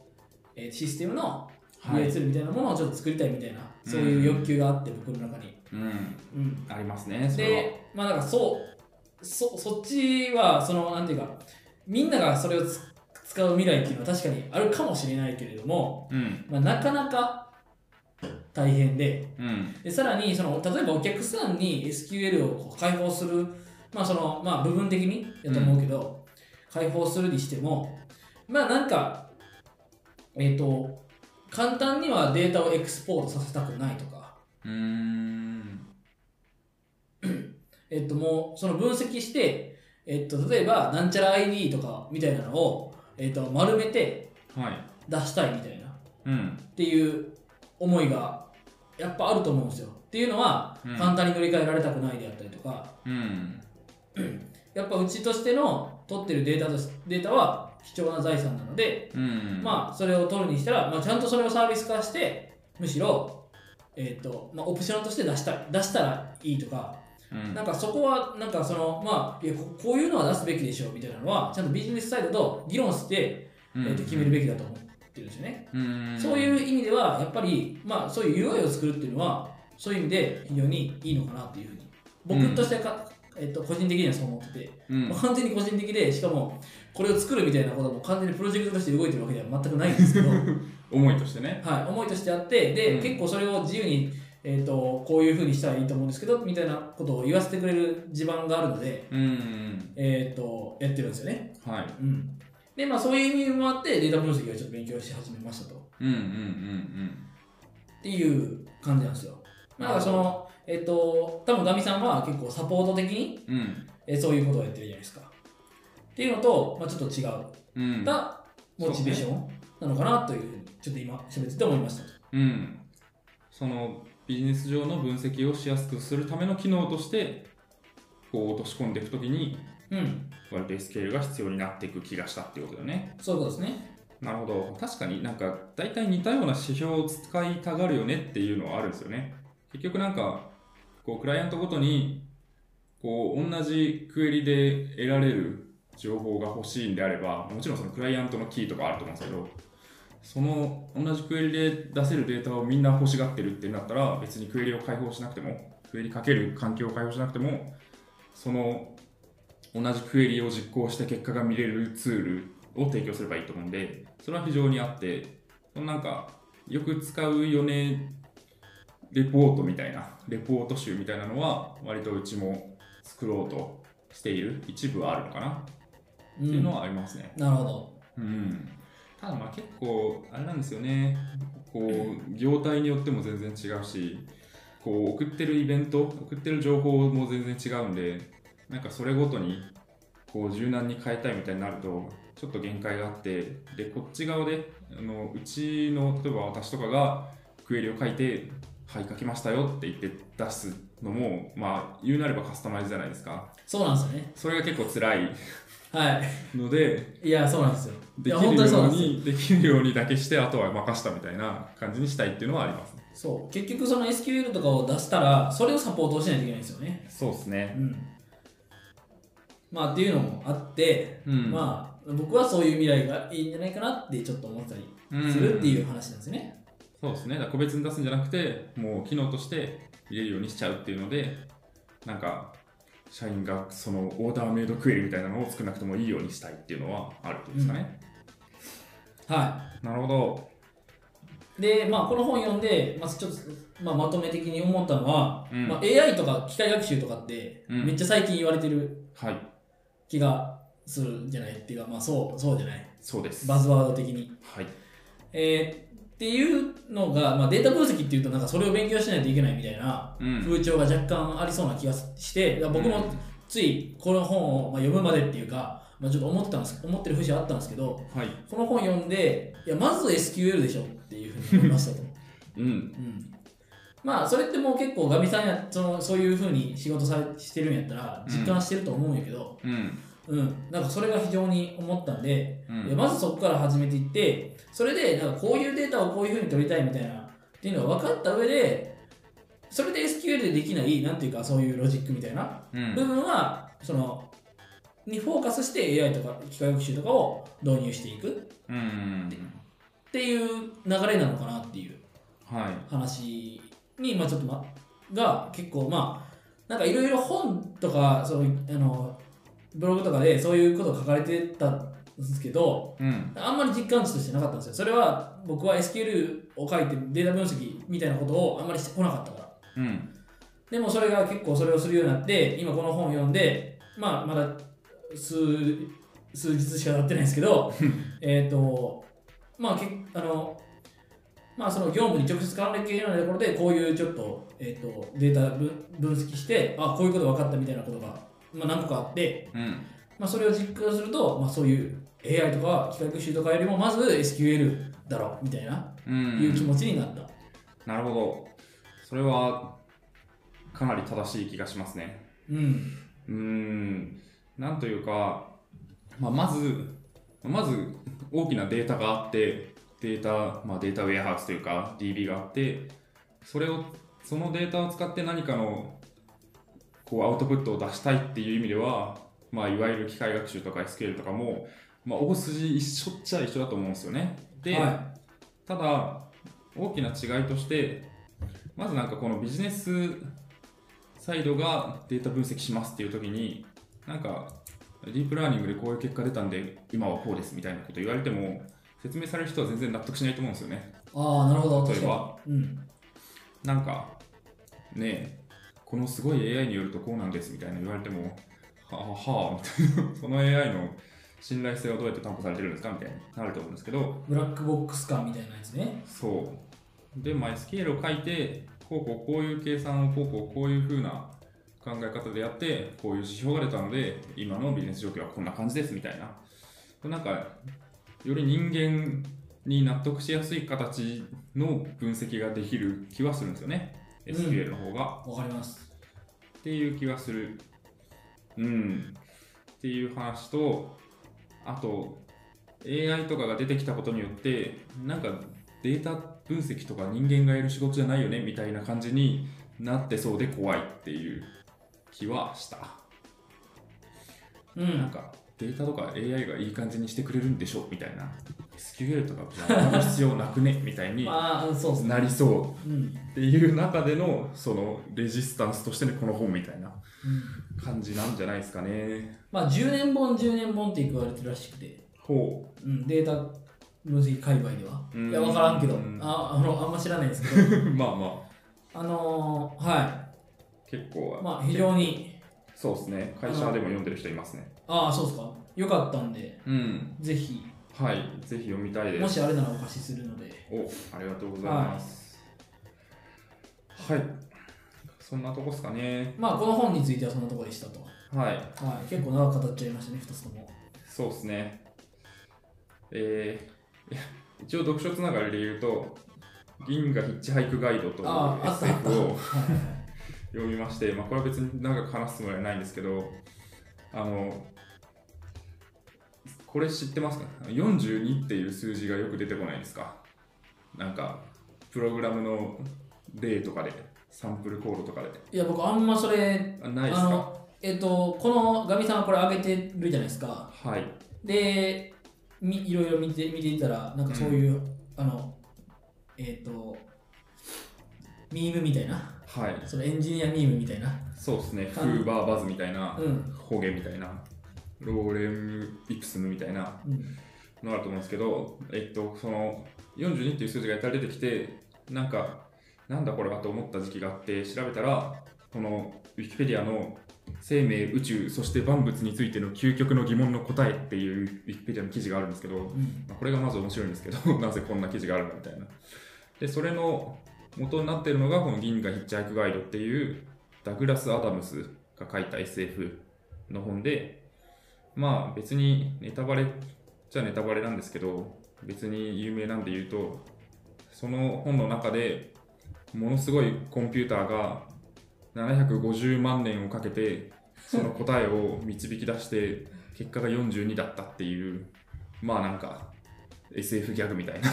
Speaker 3: えーシステムの
Speaker 2: はい
Speaker 3: BI ツールみたいなものをちょっと作りたいみたいな、
Speaker 2: うん
Speaker 3: そういう欲求があって僕の中に、
Speaker 2: うん
Speaker 3: うん、
Speaker 2: ありますねそれは
Speaker 3: で、まあなんかそう、そそっちは、その、なんていうか、みんながそれをつ使う未来っていうのは確かにあるかもしれないけれども、
Speaker 2: うん
Speaker 3: まあ、なかなか大変で、
Speaker 2: うん
Speaker 3: でさらにその、例えばお客さんに SQL をこう開放する、まあその、まあ部分的にやと思うけど、開放するにしても、まあなんか、えっ、と、簡単にはデータをエクスポートさせたくないとか、
Speaker 2: うーん
Speaker 3: えっと、もうその分析して、えっと、例えばなんちゃら ID とかみたいなのを、えっと、丸めて
Speaker 2: はい
Speaker 3: 出したいみたいなっ
Speaker 2: うん
Speaker 3: ていう思いがやっぱあると思うんですよ。っていうのは
Speaker 2: うん
Speaker 3: 簡単に乗り換えられたくないであったりとか、
Speaker 2: うん
Speaker 3: やっぱうちとしての取ってるデータとしデータは貴重な財産なので、
Speaker 2: うん
Speaker 3: まあそれを取るにしたら、まあ、ちゃんとそれをサービス化してむしろ、えっとまあ、オプションとして出した出したらいいとか
Speaker 2: あうん
Speaker 3: なんかそこは、なんかその、まあ、いやここういうのは出すべきでしょうみたいなのは、ちゃんとビジネスサイドと議論して、えーと決めるべきだと思ってるんですよね。
Speaker 2: うん
Speaker 3: そういう意味では、やっぱり、まあ、そういう UI を作るっていうのは、そういう意味で非常にいいのかなっていうふうに、僕としてか、えっと個人的にはそう思ってて、
Speaker 2: うん
Speaker 3: まあ完全に個人的で、しかも、これを作るみたいなことも完全にプロジェクトとして動いてるわけでは全くないんですけ ど、
Speaker 2: 思いとしてね
Speaker 3: はい、思いとしてあってで、
Speaker 2: うん
Speaker 3: 結構それを自由に、えー、とこういうふうにしたらいいと思うんですけどみたいなことを言わせてくれる地盤があるので、
Speaker 2: うん
Speaker 3: えー、とやってるんですよね、
Speaker 2: はい
Speaker 3: うんでまあ、そういう意味もあってデータ分析をちょっと勉強し始めましたと
Speaker 2: うんうんうん
Speaker 3: っていう感じなんですよまあだからそのえっ、と多分ガミさんは結構サポート的に、
Speaker 2: うんうん
Speaker 3: えーそういうことをやってるじゃないですかっていうのと、まあ、ちょっと違う
Speaker 2: うん
Speaker 3: たモチベーションなのかなというふうにちょっと今喋ってて思いました
Speaker 2: うん、そのビジネス上の分析をしやすくするための機能としてこう落とし込んでいくときに
Speaker 3: うん
Speaker 2: 割と SQL が必要になっていく気がしたっていうことだよね。
Speaker 3: そういうことですね
Speaker 2: なるほど確かになんか大体似たような指標を使いたがるよねっていうのはあるんですよね。結局なんかこうクライアントごとにこう同じクエリで得られる情報が欲しいんであればもちろんそのクライアントのキーとかあると思うんですけどその同じクエリで出せるデータをみんな欲しがってるってなったら別にクエリを開放しなくてもクエリかける環境を開放しなくてもその同じクエリを実行して結果が見れるツールを提供すればいいと思うんでそれは非常にあってそのなんかよく使うよねレポートみたいなレポート集みたいなのは割とうちも作ろうとしている一部はあるのかな
Speaker 3: うん
Speaker 2: っていうのはありますね。
Speaker 3: なるほど
Speaker 2: うん、ただまあ結構あれなんですよねこう業態によっても全然違うしこう送ってるイベント送ってる情報も全然違うんでなんかそれごとにこう柔軟に変えたいみたいになるとちょっと限界があってでこっち側であのうちの例えば私とかがクエリを書いて「はい書きましたよ」って言って出すのもまあ言うなればカスタマイズじゃないですか
Speaker 3: そうなんですよね。
Speaker 2: それが結構辛い
Speaker 3: は
Speaker 2: ので
Speaker 3: い。いや、そうなんですよ。い
Speaker 2: で
Speaker 3: や、
Speaker 2: き
Speaker 3: 本
Speaker 2: る
Speaker 3: 当にそう
Speaker 2: よ
Speaker 3: な
Speaker 2: うん
Speaker 3: ですよ。
Speaker 2: にできるようにだけしてあとは任したみたいな感じにしたいっていうのはありますね
Speaker 3: そう。結局、その SQL とかを出したら、それをサポートしないといけないんですよね。
Speaker 2: そうです
Speaker 3: う
Speaker 2: ね
Speaker 3: ん。まあ、っていうのもあって、
Speaker 2: うん
Speaker 3: まあ、僕はそういう未来がいいんじゃないかなってちょっと思ったりするっていう話なんですね。
Speaker 2: そうですねだから個別に出すんじゃなくてもう機能として入れるようにしちゃうっていうのでなんか社員がそのオーダーメイドクエリみたいなのを少なくともいいようにしたいっていうのはあるってことですかね、
Speaker 3: は
Speaker 2: なるほど
Speaker 3: い。で、まあ、この本読んで、まあ、ちょっと、まあ、まとめ的に思ったのは、
Speaker 2: うん
Speaker 3: まあ、AI とか機械学習とかって、
Speaker 2: うん
Speaker 3: めっちゃ最近言われてる
Speaker 2: はい
Speaker 3: 気がするんじゃないっていうか、まあ、そう、そうじゃない。
Speaker 2: そうです
Speaker 3: バズワード的に。
Speaker 2: はい
Speaker 3: えーっていうのが、まあ、データ分析っていうとなんかそれを勉強しないといけないみたいな
Speaker 2: うん
Speaker 3: 風潮が若干ありそうな気がして、だから僕もついこの本をまあ読むまでっていうか、まあ、ちょっと思ってたんです思ってる節はあったんですけど
Speaker 2: はい
Speaker 3: この本 読んでいやまず SQL でしょっていうふうに思いましたと、
Speaker 2: うん
Speaker 3: うん、まあそれってもう結構ガミさんやそのそういうふうに仕事されしてるんやったら実感してると思うんやけど、
Speaker 2: うん
Speaker 3: うんなんかそれが非常に思ったんで、
Speaker 2: うん
Speaker 3: でまずそこから始めていってそれでなんかこういうデータをこういうふうに取りたいみたいなっていうのが分かった上でそれで SQL でできないなんていうかそういうロジックみたいな
Speaker 2: うん
Speaker 3: 部分はそのにフォーカスして AI とか機械学習とかを導入していくっ
Speaker 2: うん
Speaker 3: ていう流れなのかなっていう
Speaker 2: はい
Speaker 3: 話に、まあ、ちょっと、ま、が結構まあなんかいろいろ本とかそういうあのブログとかでそういうこと書かれてたんですけど
Speaker 2: うん
Speaker 3: あんまり実感値としてなかったんですよそれは僕は SQL を書いてデータ分析みたいなことをあんまりしてこなかったから
Speaker 2: うん
Speaker 3: でもそれが結構それをするようになって今この本を読んでまあまだ数数日しか経ってないんですけどえっとまあけあのまあその業務に直接関連系のようなところでこういうちょっと,、えっとデータ分分析してあこういうこと分かったみたいなことが、まあ、何個かあって、
Speaker 2: うん
Speaker 3: まあ、それを実行すると、まあ、そういう AI とか機械学習とかよりもまず SQL だろみたいな、
Speaker 2: うん
Speaker 3: いう気持ちになった。
Speaker 2: なるほどそれはかなり正しい気がしますね
Speaker 3: うん、
Speaker 2: うーんなんというか、まあ、まずまず大きなデータがあってデータ、まあ、データウェアハウスというか DB があってそれをそのデータを使って何かのこうアウトプットを出したいっていう意味では、まあ、いわゆる機械学習とか SQL とかも、まあ、大筋一緒っちゃ一緒だと思うんですよね。で、
Speaker 3: は
Speaker 2: ただ大きな違いとしてまずなんかこのビジネスサイドがデータ分析しますっていう時になんかディープラーニングでこういう結果出たんで今はこうですみたいなこと言われても説明される人は全然納得しないと思うんですよね
Speaker 3: い、ああなるほど
Speaker 2: 例え
Speaker 3: 確
Speaker 2: ば
Speaker 3: かに。うん
Speaker 2: なんかねえこのすごい AI によるとこうなんですみたいな言われてもはあはあみたいなその AI の信頼性はどうやって担保されてるんですかみたいになると思うんですけど
Speaker 3: ブラックボックス感みたいなやつね。
Speaker 2: そう。で、まあ、SQL を書いて、こうこうこういう計算をこうこうこういうふうな考え方でやって、こういう指標が出たので、今のビジネス状況はこんな感じですみたいな。なんか、より人間に納得しやすい形の分析ができる気はするんですよね。
Speaker 3: うん
Speaker 2: SQL の方が。
Speaker 3: わかります。
Speaker 2: っていう気はする。うん。っていう話と、あと、AI とかが出てきたことによって、なんかデータ分析とか人間がやる仕事じゃないよねみたいな感じになってそうで怖いっていう気はした。
Speaker 3: う
Speaker 2: なん
Speaker 3: ん。
Speaker 2: かデータとか AI がいい感じにしてくれるんでしょみたいな。SQL とかじゃあ必要なく ねみたいに
Speaker 3: まあ、うんそうですね。
Speaker 2: なりそう
Speaker 3: うん。うん
Speaker 2: っていう中でのそのレジスタンスとしてのこの本みたいな感じなんじゃないですかね。
Speaker 3: まあ、10年本、10年本って言われてるらしくて、
Speaker 2: ほ
Speaker 3: うん、データ分析界隈では。
Speaker 2: うん
Speaker 3: いや、わからんけど
Speaker 2: うん、
Speaker 3: ああのあんま知らないですけ ど、
Speaker 2: うまあま
Speaker 3: あのー、は
Speaker 2: あ結構
Speaker 3: い。まあ、非常に、
Speaker 2: そうですね会社でも読んでる人いますね
Speaker 3: ああ、そうですか。よかったんで、
Speaker 2: うん
Speaker 3: ぜひ、
Speaker 2: はいぜひ読みたいで
Speaker 3: も
Speaker 2: す
Speaker 3: しあれならお貸しするので。
Speaker 2: おありがとうございますはい、そんなとこですかね
Speaker 3: まあ、この本についてはそんなところでしたと。
Speaker 2: はい
Speaker 3: はい。結構長く語っちゃいましたね、2つとも。
Speaker 2: そうですねえーいや一応読書つながりで言うと「銀河ヒッチハイクガイド」という
Speaker 3: ああ、あったあった。
Speaker 2: SF を
Speaker 3: はいはいはい
Speaker 2: 読みまして、まあ、これは別に長く話すつもりはないんですけど、あの、これ知ってますか ?42 っていう数字がよく出てこないですかなんか、プログラムの例とかで、サンプルコードとかで。
Speaker 3: いや、僕、あんまそれ、
Speaker 2: あないです
Speaker 3: あ
Speaker 2: か
Speaker 3: のえっ、とこのガミさんはこれ上げてるじゃないですか
Speaker 2: はい。
Speaker 3: でみいろいろ見て見ていたらなんかそういう、あのえっ、とミームみたいな
Speaker 2: はい。
Speaker 3: そのエンジニアミームみたいな
Speaker 2: そうですね。
Speaker 3: あ
Speaker 2: フーバーバズみたいな
Speaker 3: う、ん、
Speaker 2: ホゲみたいな、ローレム・イプスムみたいな、
Speaker 3: うん、
Speaker 2: のがあると思うんですけど、えっと、その42っていう数字がやたら出てきて、なんか、なんだこれはと思った時期があって、調べたら、このウィキペディアの生命、宇宙、そして万物についての究極の疑問の答えっていうウィキペディアの記事があるんですけど、
Speaker 3: うん
Speaker 2: まあこれがまず面白いんですけど、 なぜこんな記事があるのみたいな。で、それの元になっているのが、この銀河ヒッチハイクガイドっていう、ダグラス・アダムスが書いた SF の本で、まあ別にネタバレじゃネタバレなんですけど、別に有名なんで言うと、その本の中で、ものすごいコンピューターが750万年をかけてその答えを導き出して結果が42だったっていうまあなんか SF ギャグみたいな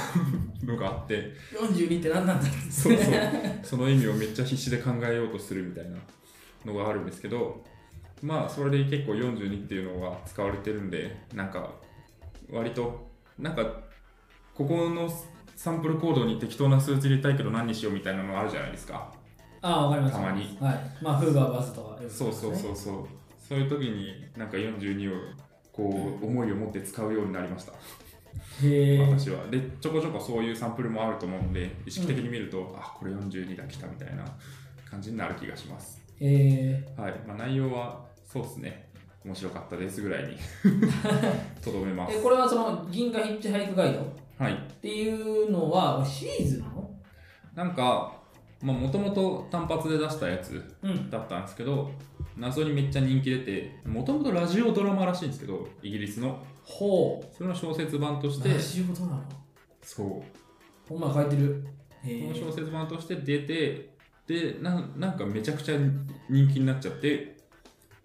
Speaker 2: のがあって
Speaker 3: 42って何なんだっつ
Speaker 2: そ
Speaker 3: っ
Speaker 2: う
Speaker 3: て
Speaker 2: そうその意味をめっちゃ必死で考えようとするみたいなのがあるんですけどまあそれで結構42っていうのが使われてるんでなんか割となんかここのサンプルコードに適当な数字入れたいけど何にしようみたいなのあるじゃないですか。
Speaker 3: ああわかります
Speaker 2: たまに
Speaker 3: はいまあフーガーバズとか
Speaker 2: そうそうそうそう。そういう時になんか42をこう思いを持って使うようになりました。
Speaker 3: うへえ
Speaker 2: 私は。で、ちょこちょこそういうサンプルもあると思うんで、意識的に見ると、あ、これ42だ、来たみたいな感じになる気がします。
Speaker 3: え
Speaker 2: はい。まあ、内容はそうですね。面白かったですぐらい にとどめま
Speaker 3: ー
Speaker 2: す
Speaker 3: え。これはその銀河ヒッチハイクガイドっ
Speaker 2: はい。
Speaker 3: ていうのはシリーズなの
Speaker 2: なんか、まあ、もともと単発で出したやつ
Speaker 3: うん
Speaker 2: だったんですけど、謎にめっちゃ人気出て、もともとラジオドラマらしいんですけど、イギリスの。
Speaker 3: ほ
Speaker 2: それの小説版と
Speaker 3: う
Speaker 2: して
Speaker 3: で、仕事なの
Speaker 2: そう。
Speaker 3: ほんま書いてるへ
Speaker 2: この小
Speaker 3: え
Speaker 2: 説版として出てでなんなんかめちゃくちゃ人気になっちゃって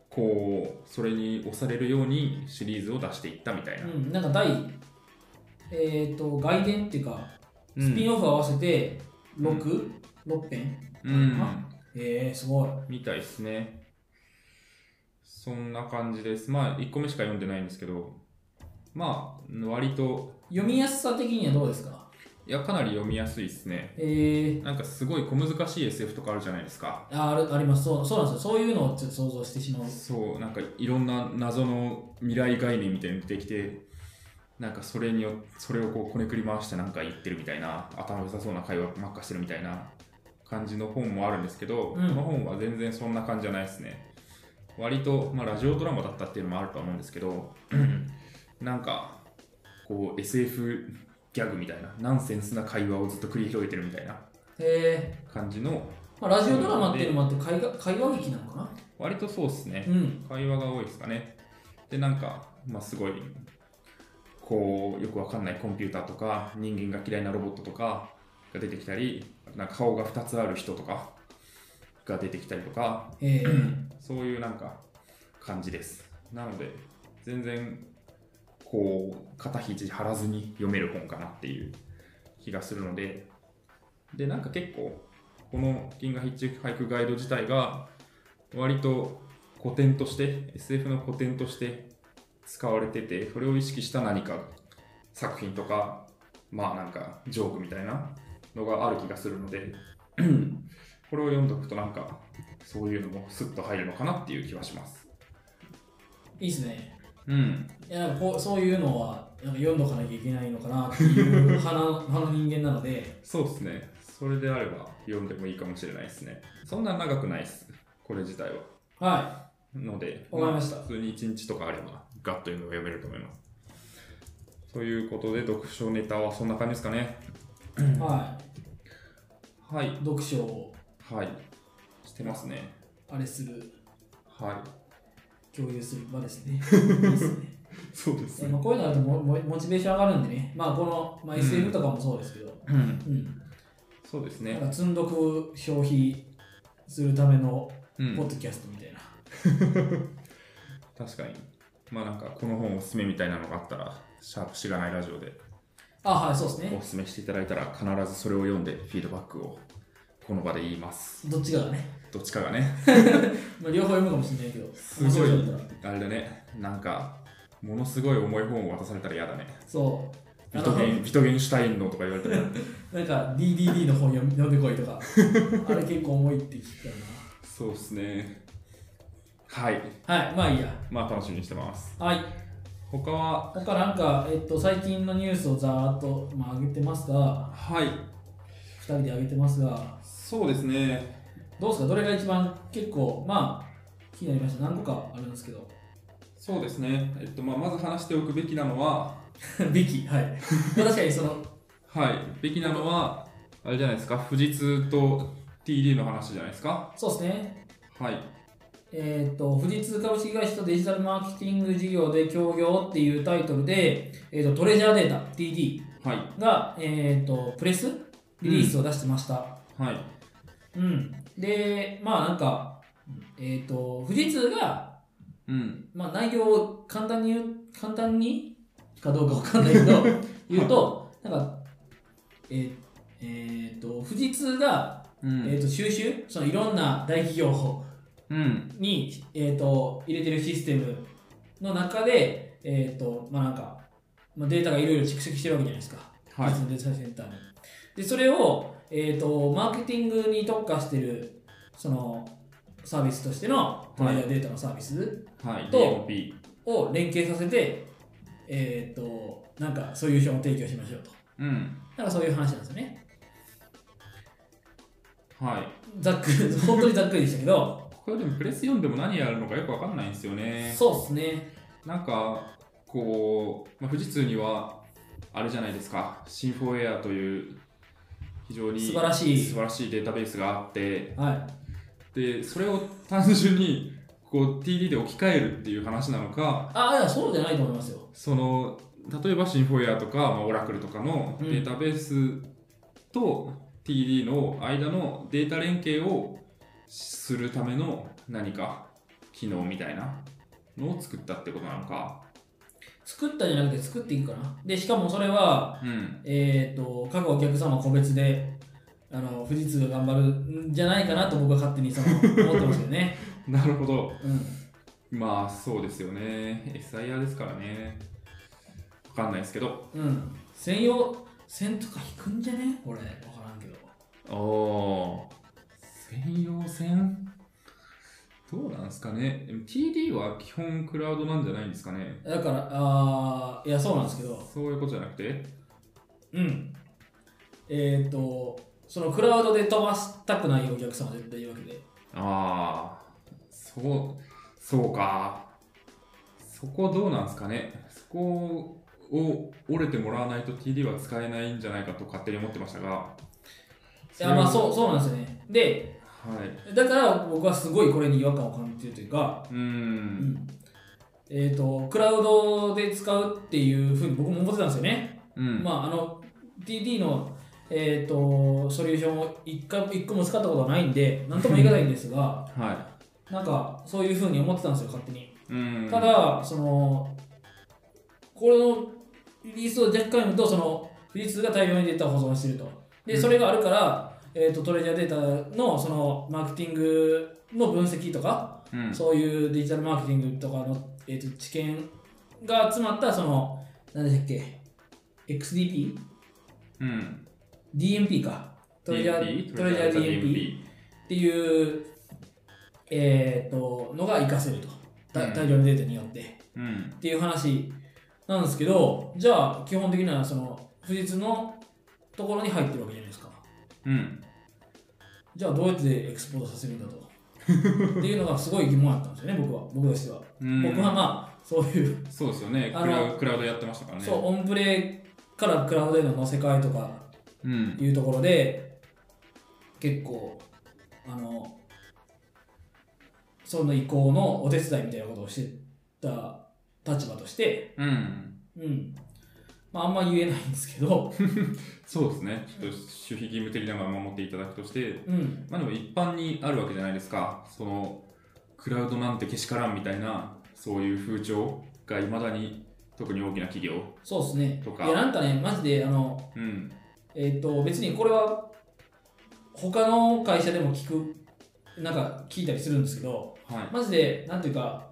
Speaker 2: こうそれに押されるようにシリーズを出していったみたいな、
Speaker 3: うんなんか第えっと外伝っていうかスピン
Speaker 2: オ
Speaker 3: オフ合わせて6六編
Speaker 2: フ、うん
Speaker 3: へえすごい
Speaker 2: みたいですねそんな感じですまあ1個目しか読んでないんですけどまあ割と
Speaker 3: 読みやすさ的にはどうですか
Speaker 2: いやかなり読みやすいですね
Speaker 3: ええ
Speaker 2: なんかすごい小難しい SF とかあるじゃないですか
Speaker 3: ああるありますそうそうなんですよそういうのをちょっと想像してしまう
Speaker 2: そうなんかいろんな謎の未来概念みたいに出てきてなんかそれによそれをこうこねくり回してなんか言ってるみたいな頭良さそうな会話ばっかしてるみたいな感じの本もあるんですけど、
Speaker 3: うん
Speaker 2: この本は全然そんな感じじゃないですね割と、まあ、ラジオドラマだったっていうのもあるとは思うんですけど なんかこう SF ギャグみたいなナンセンスな会話をずっと繰り広げてるみたいな
Speaker 3: え
Speaker 2: 感じの
Speaker 3: ーまあ、ラジオドラマっていうのもあって会話会話劇なのかな
Speaker 2: 割とそうですね、
Speaker 3: うん
Speaker 2: 会話が多いですかね。で、なんか、まあ、すごい、こう、よくわかんないコンピューターとか、人間が嫌いなロボットとかが出てきたり、なんか顔が2つある人とかが出てきたりとか、
Speaker 3: えー、
Speaker 2: そういうなんか感じです。なので、全然、こう、肩肘張らずに読める本かなっていう気がするので、で、なんか結構、この銀河ヒッチハイクガイド自体が、割と古典として、SF の古典として使われてて、それを意識した何か作品とか、まあなんかジョークみたいなのがある気がするので、 これを読んどくとなんかそういうのもスッと入るのかなっていう気はします。
Speaker 3: いいっすね
Speaker 2: うん。
Speaker 3: いやなんかこうそういうのはなんか読んどかなきゃいけないのかなっていう派な派の人間なので
Speaker 2: そうですね。それであれば読んでもいいかもしれないですね。そんな長くないです。これ自体は。
Speaker 3: は
Speaker 2: ので、
Speaker 3: わかりました
Speaker 2: あ普通に1日とかあれば、ガッというのを読めると思います。ということで、読書ネタはそんな感じですかね。
Speaker 3: い、は
Speaker 2: はい
Speaker 3: い、。読書を
Speaker 2: はい。してますね。
Speaker 3: あれする
Speaker 2: は
Speaker 3: 共有する場ですね いいっすね
Speaker 2: い。そうです
Speaker 3: まあ、。こういうのあるとモモモチベーション上がるんでね、まあ、この、まあ、
Speaker 2: うん
Speaker 3: SF とかもそうですけど、
Speaker 2: うん。
Speaker 3: うん
Speaker 2: そうです
Speaker 3: なん
Speaker 2: ね。
Speaker 3: か積んどく消費するための
Speaker 2: う
Speaker 3: ポッ
Speaker 2: ん。
Speaker 3: ドキャストみたいな。
Speaker 2: 確かに。まあなんか、この本おすすめみたいなのがあったら、シャープしがないラジオで
Speaker 3: あ、はい、そうです
Speaker 2: お
Speaker 3: ね。
Speaker 2: すすめしていただいたら必ずそれを読んでフィードバックをこの場で言います
Speaker 3: どっちかがね、
Speaker 2: どっちかがね
Speaker 3: まあ、両方読むかもしれないけど、
Speaker 2: すごい
Speaker 3: 面白そうだったら
Speaker 2: あれだねなんかものすごい重い本を渡されたら嫌だね
Speaker 3: そう。
Speaker 2: ビ
Speaker 3: あ
Speaker 2: ト
Speaker 3: の
Speaker 2: ゲンビトゲンシュタインのとか言われたら
Speaker 3: なんか DDD の本読み読んでこいと か、あれ結構重いって聞いた
Speaker 2: そうっすねはい
Speaker 3: な。はい、まあいいや。
Speaker 2: まあ楽しみにしてます
Speaker 3: はい。
Speaker 2: 他は
Speaker 3: 他なんか、えっと、最近のニュースをざーっと、まあ、上げてますが、
Speaker 2: はい
Speaker 3: 2人で上げてますが、
Speaker 2: そうですね
Speaker 3: どうですかどれが一番結構まあ気になりました何個かあるんですけど
Speaker 2: そうですねえっとまあまず話しておくべきなのは
Speaker 3: べきはいまあ確かにその
Speaker 2: はいべきなのはあれじゃないですか富士通と TD の話じゃないですか
Speaker 3: そうですね
Speaker 2: はい
Speaker 3: えっ、と富士通株式会社とデジタルマーケティング事業で協業っていうタイトルで、えー、とトレジャーデータ TD
Speaker 2: はい
Speaker 3: が、えー、とプレスリリースを出してました、
Speaker 2: はい
Speaker 3: うん、でまあなんか、えっと富士通が、
Speaker 2: うん。
Speaker 3: まあ、内容を簡単に言う簡単にかどうかわかんないけ ど言うとなんかえっ、えーと富士通が、
Speaker 2: うん。
Speaker 3: えー、と収集そのいろんな大企業を
Speaker 2: うん。
Speaker 3: に、えー、と入れてるシステムの中で、えーとまあなんかまあ、データがいろいろ蓄積してるわけじゃないですか、
Speaker 2: はい
Speaker 3: 別のデータセンターに。で、それを、えー、とマーケティングに特化してるそのサービスとしてのトレーダーデータのサービス
Speaker 2: はい。
Speaker 3: と
Speaker 2: DMP。
Speaker 3: を連携させて、えー、となんかソリューションを提供しましょうと。
Speaker 2: うん。
Speaker 3: なんかそういう話なんですよね。
Speaker 2: はい。
Speaker 3: ざっくり、本当にざっくりでしたけど、
Speaker 2: これでもプレス読んでも何やるのかよくわかんないんですよね。
Speaker 3: そうですね。
Speaker 2: なんかこう、まあ、富士通にはあれじゃないですか、シンフォエアという非常に
Speaker 3: 素晴らしい
Speaker 2: 素晴らしいデータベースがあって、
Speaker 3: は
Speaker 2: でそれを単純にこう TD で置き換えるっていう話なのか
Speaker 3: い。、あ、いや、そうじゃないと思いますよ。
Speaker 2: その例えばシンフォエアとか、まあ、オラクルとかの
Speaker 3: う
Speaker 2: デ
Speaker 3: ん
Speaker 2: ータベースと TD の間のデータ連携をするための何か機能みたいなのを作ったってことなのか。
Speaker 3: 作ったんじゃなくて作っていくかなでしかもそれは、
Speaker 2: うん
Speaker 3: えー、と各お客様個別であの富士通が頑張るんじゃないかなと僕は勝手にその思ってますよね、
Speaker 2: なるほど。
Speaker 3: うん、
Speaker 2: まあそうですよね。SIR ですからね。わかんないですけど。
Speaker 3: うん、専用線とか引くんじゃねこれ分からんけど
Speaker 2: おー。専用線どうなんですかね。でも TD は基本クラウドなんじゃないんですかね。
Speaker 3: だからあーいやそうなんですけど
Speaker 2: そういうことじゃなくて
Speaker 3: うんえっ、とそのクラウドで飛ばしたくないお客様は絶対いるわけで
Speaker 2: ああ、そう、そうか。そこどうなんですかね。そこを折れてもらわないと TD は使えないんじゃないかと勝手に思ってましたが。
Speaker 3: いやまあそうそうなんですよねで
Speaker 2: う。はい。
Speaker 3: だから僕はすごいこれに違和感を感じるというか
Speaker 2: うーん。
Speaker 3: えー、とクラウドで使うっていうふうに僕も思ってたんですよね。
Speaker 2: うん。
Speaker 3: まあ、あの TD の、えー、とソリューションを一回一個も使ったことはないんで何とも言い難いんです が
Speaker 2: は
Speaker 3: なんかそういうふうに思ってたんですよ勝手に。
Speaker 2: い。うん。
Speaker 3: た、だそのこれのリリースを若干見るとその富士通が大量にデータを保存してると。でそれがあるから、えー、とトレジャーデータのそのマーケティングの分析とか
Speaker 2: うん、
Speaker 3: そういうデジタルマーケティングとかの、えー、と知見が詰まったその何でしたっけ XDP?DMP
Speaker 2: うん。
Speaker 3: かトレジャー
Speaker 2: DMP
Speaker 3: トレジャー
Speaker 2: Treasure
Speaker 3: DMP っていう、えー、とのが活かせると
Speaker 2: う
Speaker 3: だ
Speaker 2: ん
Speaker 3: 大量のデータによって、っ
Speaker 2: DMP うん。
Speaker 3: ていう話なんですけどじゃあ基本的にはその富士通のところに入ってるわけじゃないですか
Speaker 2: うん。
Speaker 3: じゃあどうやってエクスポートさせるんだとっていうのがすごい疑問だったんですよね僕は僕としては、
Speaker 2: うん
Speaker 3: 僕はまあそういう
Speaker 2: そうですよね。
Speaker 3: あの
Speaker 2: クラウクラウドやってましたからね。
Speaker 3: そうオンプレからクラウドへの世界とか
Speaker 2: う。ん。
Speaker 3: いうところで結構あのその移行のお手伝いみたいなことをしてた立場として、
Speaker 2: うん。
Speaker 3: うんまあ、あんま言えないんですけど、
Speaker 2: そうですね。ちょっと守秘義務的なのは守っていただくとして、
Speaker 3: うん、
Speaker 2: まあでも一般にあるわけじゃないですか。その、クラウドなんてけしからんみたいな、そういう風潮がいまだに、特に大きな企業。
Speaker 3: そうですね
Speaker 2: とか
Speaker 3: いやなんかねマジであの、
Speaker 2: うん。
Speaker 3: えっと別にこれは他の会社でも聞くなんか聞いたりするんですけど、
Speaker 2: はい。
Speaker 3: マジで、なんていうか、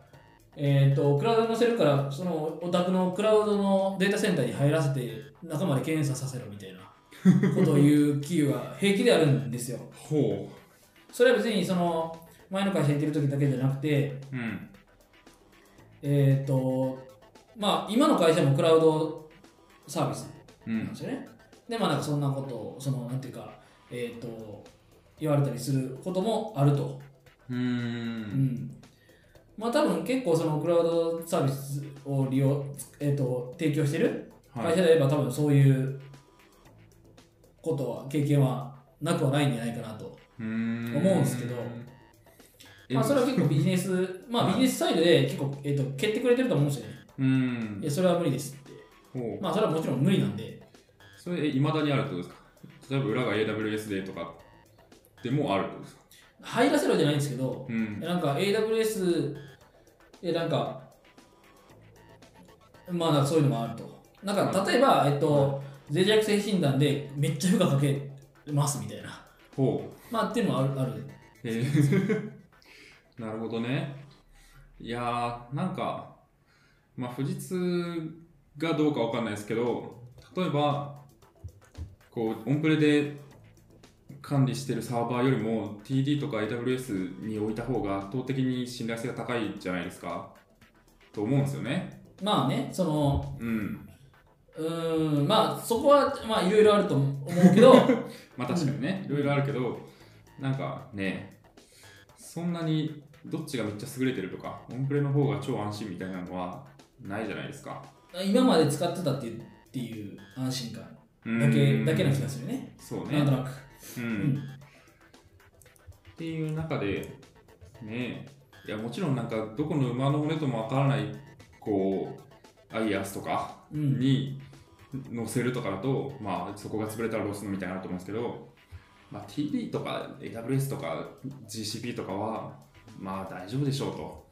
Speaker 3: えー、とクラウドに載せるから、そのお宅のクラウドのデータセンターに入らせて、中まで検査させろみたいなことを言う企業 が平気であるんですよ。
Speaker 2: ほ
Speaker 3: それは別にその前の会社にいてる時だけじゃなくて、
Speaker 2: う。うん。
Speaker 3: えーとまあ、今の会社もクラウドサービス
Speaker 2: う
Speaker 3: なん
Speaker 2: ん
Speaker 3: です。よね。で、まあ、なんかそんなことを、そのなんていうか、えー、と言われたりすることもあると。
Speaker 2: うー。
Speaker 3: うんんまあ多分結構そのクラウドサービスを利用、えっと提供してる
Speaker 2: は
Speaker 3: 会社
Speaker 2: い。
Speaker 3: であれば多分そういうことは経験はなくはないんじゃないかなと、
Speaker 2: うーん
Speaker 3: 思うんですけど
Speaker 2: え
Speaker 3: まあ、それは結構ビジネス まあビジネスサイドで結構、えっと蹴ってくれてると思うんですよね
Speaker 2: うん
Speaker 3: い。やそれは無理ですって
Speaker 2: ほう。
Speaker 3: まあそれはもちろん無理なんで
Speaker 2: それ、いまだにあるってことですか例えば、裏が AWS でとか、でもあるんですか
Speaker 3: 入らせろじゃないんですけど、
Speaker 2: うん。
Speaker 3: なんか AWS でなんかまあなんかそういうのもあるとなんか例えば、えっと、脆弱性診断でめっちゃ負荷かけますみたいな
Speaker 2: ほう。
Speaker 3: まあっていうのもあるある
Speaker 2: えー なるほどね。いやー、なんか、まあ、富士通がどうかわかんないですけど、例えば、こう、オンプレで管理してるサーバーよりも TD とか AWS に置いた方が圧倒的に信頼性が高いじゃないですか。と思うんですよね。
Speaker 3: まあねその
Speaker 2: うん。
Speaker 3: うーんまあそこはまあいろいろあると思うけど
Speaker 2: まあ確かにね、いろいろあるけど、なんかね、そんなにどっちがめっちゃ優れてるとか、オンプレの方が超安心みたいなのはないじゃないですか。
Speaker 3: 今まで使ってたっていうっていう安心感だ
Speaker 2: だ
Speaker 3: けだけな気がするね
Speaker 2: そう
Speaker 3: なんと
Speaker 2: ね。
Speaker 3: なく、
Speaker 2: う。
Speaker 3: うんん、
Speaker 2: っていう中で、ねいやもちろんなんかどこの馬の骨ともわからない、こう、アイアスとか
Speaker 3: うん
Speaker 2: に乗せるとかだと、まあそこが潰れたらどうするのみたいになると思うんですけど、まあ、TD とか AWS とか GCP とかは、まあ大丈夫でしょうと。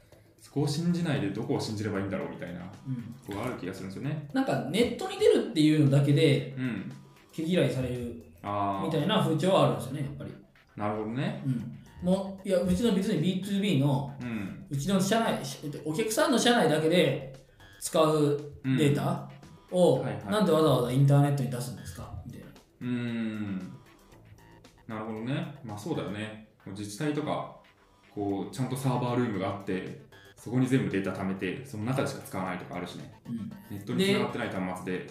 Speaker 2: そこを信じないでどこを信じればいいんだろうみたいな、
Speaker 3: うん、
Speaker 2: ここがある気がするんですよね。
Speaker 3: なんかネットに出るっていうのだけで
Speaker 2: うん。
Speaker 3: 毛嫌いされる
Speaker 2: あ
Speaker 3: みたいな風潮はあるんですよねやっぱり、
Speaker 2: あ、なるほどね。
Speaker 3: うん、もういやうちの別に B2B の
Speaker 2: うん。
Speaker 3: うちの社内お客さんの社内だけで使う
Speaker 2: うん
Speaker 3: データを、
Speaker 2: はいはい
Speaker 3: なんでわざわざインターネットに出すんですかみたいな
Speaker 2: うーん。なるほどね。まあそうだよね。自治体とか、こう、ちゃんとサーバールームがあって、そこに全部データ貯めて、その中でしか使わないとかあるしね。
Speaker 3: うん
Speaker 2: ネットに繋がってない端末で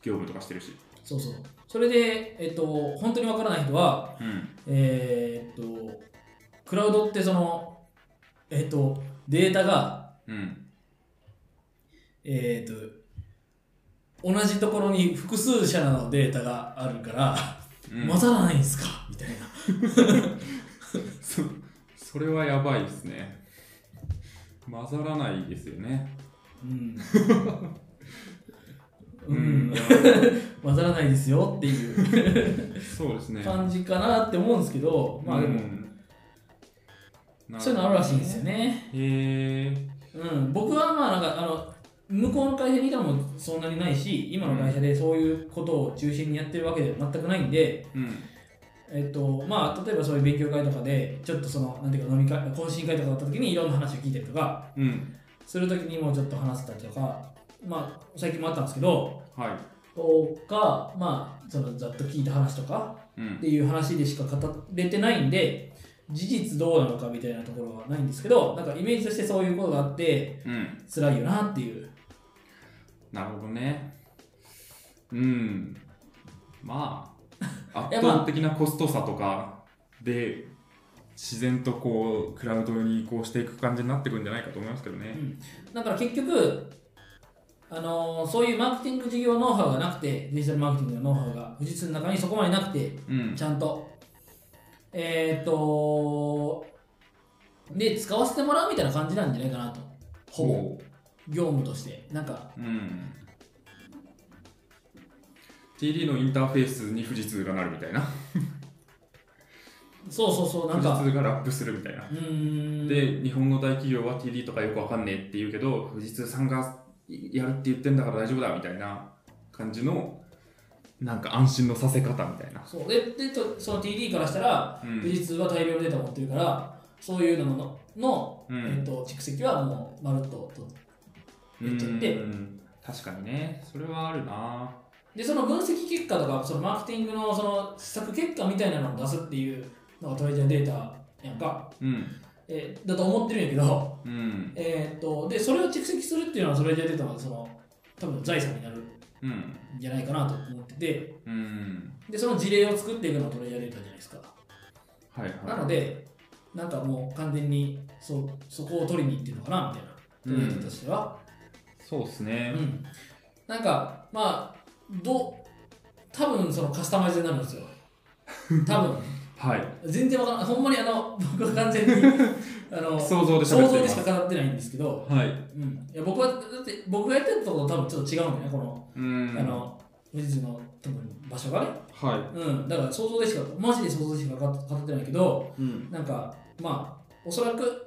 Speaker 2: 業務とかしてるし。
Speaker 3: そうそう。それで、えっと、本当にわからない人は、
Speaker 2: うん。
Speaker 3: えーっと、クラウドってその、えっと、データが、
Speaker 2: うん。
Speaker 3: えーっと、同じところに複数社のデータがあるから、
Speaker 2: うん、
Speaker 3: 混ざらないんですかみたいな。
Speaker 2: そ それはやばいですね。混ざらないですよね。
Speaker 3: うん。う
Speaker 2: う
Speaker 3: んん、混ざらないですよっていう
Speaker 2: そうですね。
Speaker 3: 感じかなって思うんですけど、まあでも、
Speaker 2: も
Speaker 3: そういうのあるらしいんですよ
Speaker 2: ね。
Speaker 3: ね。
Speaker 2: へえ。
Speaker 3: うん、僕はまあなんかあの向こうの会社にいたのもそんなにないし今の会社でそういうことを中心にやってるわけでは全くないんで、
Speaker 2: うん。
Speaker 3: えっとまあ、例えばそういう勉強会とかでちょっとそのなんていうか飲み会懇親会とかだった時にいろんな話を聞いたりとか
Speaker 2: うん。
Speaker 3: する時にもちょっと話せたりとか、まあ、最近もあったんですけど
Speaker 2: は
Speaker 3: とか、まあ、そのざっと聞いた話とか
Speaker 2: い。う
Speaker 3: っ
Speaker 2: ん。
Speaker 3: ていう話でしか語れてないんで事実どうなのかみたいなところはないんですけどなんかイメージとしてそういうことがあって
Speaker 2: うん。
Speaker 3: 辛いよなっていう。
Speaker 2: なるほどね。うん。まあ、
Speaker 3: い
Speaker 2: 圧
Speaker 3: やまあ
Speaker 2: 倒的なコスト差とかで、自然とこう、クラウドに移行していく感じになってくるんじゃないかと思いますけどね。
Speaker 3: だから結局、あのーそういうマーケティング事業ノウハウがなくて、デジタルマーケティングのノウハウが富士通の中にそこまでなくて、
Speaker 2: うん
Speaker 3: ち。ゃんと。えーっと、で、使わせてもらうみたいな感じなんじゃないかなと。ほぼ、
Speaker 2: ほ
Speaker 3: 業務として。なんか、
Speaker 2: う。うん。TD のインターフェースに富士通がなるみたいな。
Speaker 3: そうそうそう、なん
Speaker 2: 富士
Speaker 3: か、
Speaker 2: 通がラップするみたいな
Speaker 3: う。ーん。
Speaker 2: で、日本の大企業は TD とかよくわかんねえって言うけど、富士通さんがやるって言ってんだから大丈夫だみたいな感じの、なんか安心のさせ方みたいな。
Speaker 3: そうででとその TD からしたら、
Speaker 2: うん
Speaker 3: 富士通は大量のデータを持ってるから、そういうののの、
Speaker 2: うん
Speaker 3: えーっと蓄積はもうまるっと取っ
Speaker 2: うん
Speaker 3: ちゃって
Speaker 2: 確かにねそれはあるな
Speaker 3: でその分析結果とかそのマーケティングのその施策結果みたいなのを出すっていうのがトレジャーデータやんか、
Speaker 2: うん
Speaker 3: えーだと思ってるんやけど、
Speaker 2: うん
Speaker 3: えーっとでそれを蓄積するっていうのはトレジャーデータのその多分財産になるん
Speaker 2: うん
Speaker 3: じゃないかなと思ってて
Speaker 2: うん
Speaker 3: でその事例を作っていくのがトレジャーデータじゃないですか
Speaker 2: はい
Speaker 3: な
Speaker 2: は
Speaker 3: のでなんかもう完全にそそこを取りに行ってるのかなみたいなトレジャーデータとしては、
Speaker 2: いそうです
Speaker 3: う
Speaker 2: ね
Speaker 3: んなんかまあどう多分そのカスタマイズになるんです よ多分
Speaker 2: はい
Speaker 3: 全然わからない。ほんまにあの、僕は完全 に、あの、想
Speaker 2: 想像で喋
Speaker 3: 像
Speaker 2: ってい
Speaker 3: で
Speaker 2: ま
Speaker 3: し
Speaker 2: す
Speaker 3: か語ってないんですけど、
Speaker 2: はい
Speaker 3: うん。いや、僕は、だって、僕がやってたところと多分ちょっと違うんだよね、この、
Speaker 2: うん
Speaker 3: あの、富士通の多分場所がね。
Speaker 2: は
Speaker 3: うん、だから想像でしか、マジで想像でしか語ってないけど、
Speaker 2: い。うん。
Speaker 3: なんか、まあ、おそらく、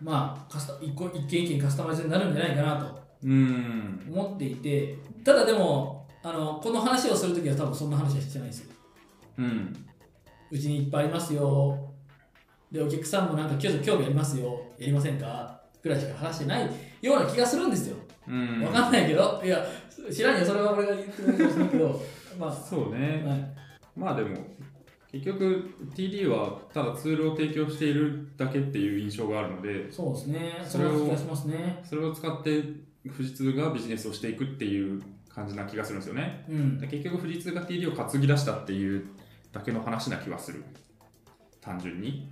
Speaker 3: まあ、カスタ一個一件一件カスタマイズになるんじゃないかなと
Speaker 2: うん。
Speaker 3: 思っていて、ただでも、あのこの話をするときは多分そんな話はしてないですよ。
Speaker 2: うん。
Speaker 3: うちにいっぱいありますよ。で、お客さんもなんか興味興味ありますよ。やりませんかぐらいしか話してないような気がするんですよ。
Speaker 2: うん。
Speaker 3: わかんないけど、いや、知らんよ、それは俺が言ってるかもしれないけど、まあ、
Speaker 2: そうね。
Speaker 3: はい
Speaker 2: まあでも、結局 TD はただツールを提供しているだけっていう印象があるので、
Speaker 3: そうですね。そ
Speaker 2: そ
Speaker 3: れ
Speaker 2: れを
Speaker 3: は気がしますね。
Speaker 2: それを使って富士通がビジネスをしていくっていう感じな気がするんですよね。
Speaker 3: うん
Speaker 2: で。結局富士通が TD を担ぎ出したっていうだけの話な気はする。単純に。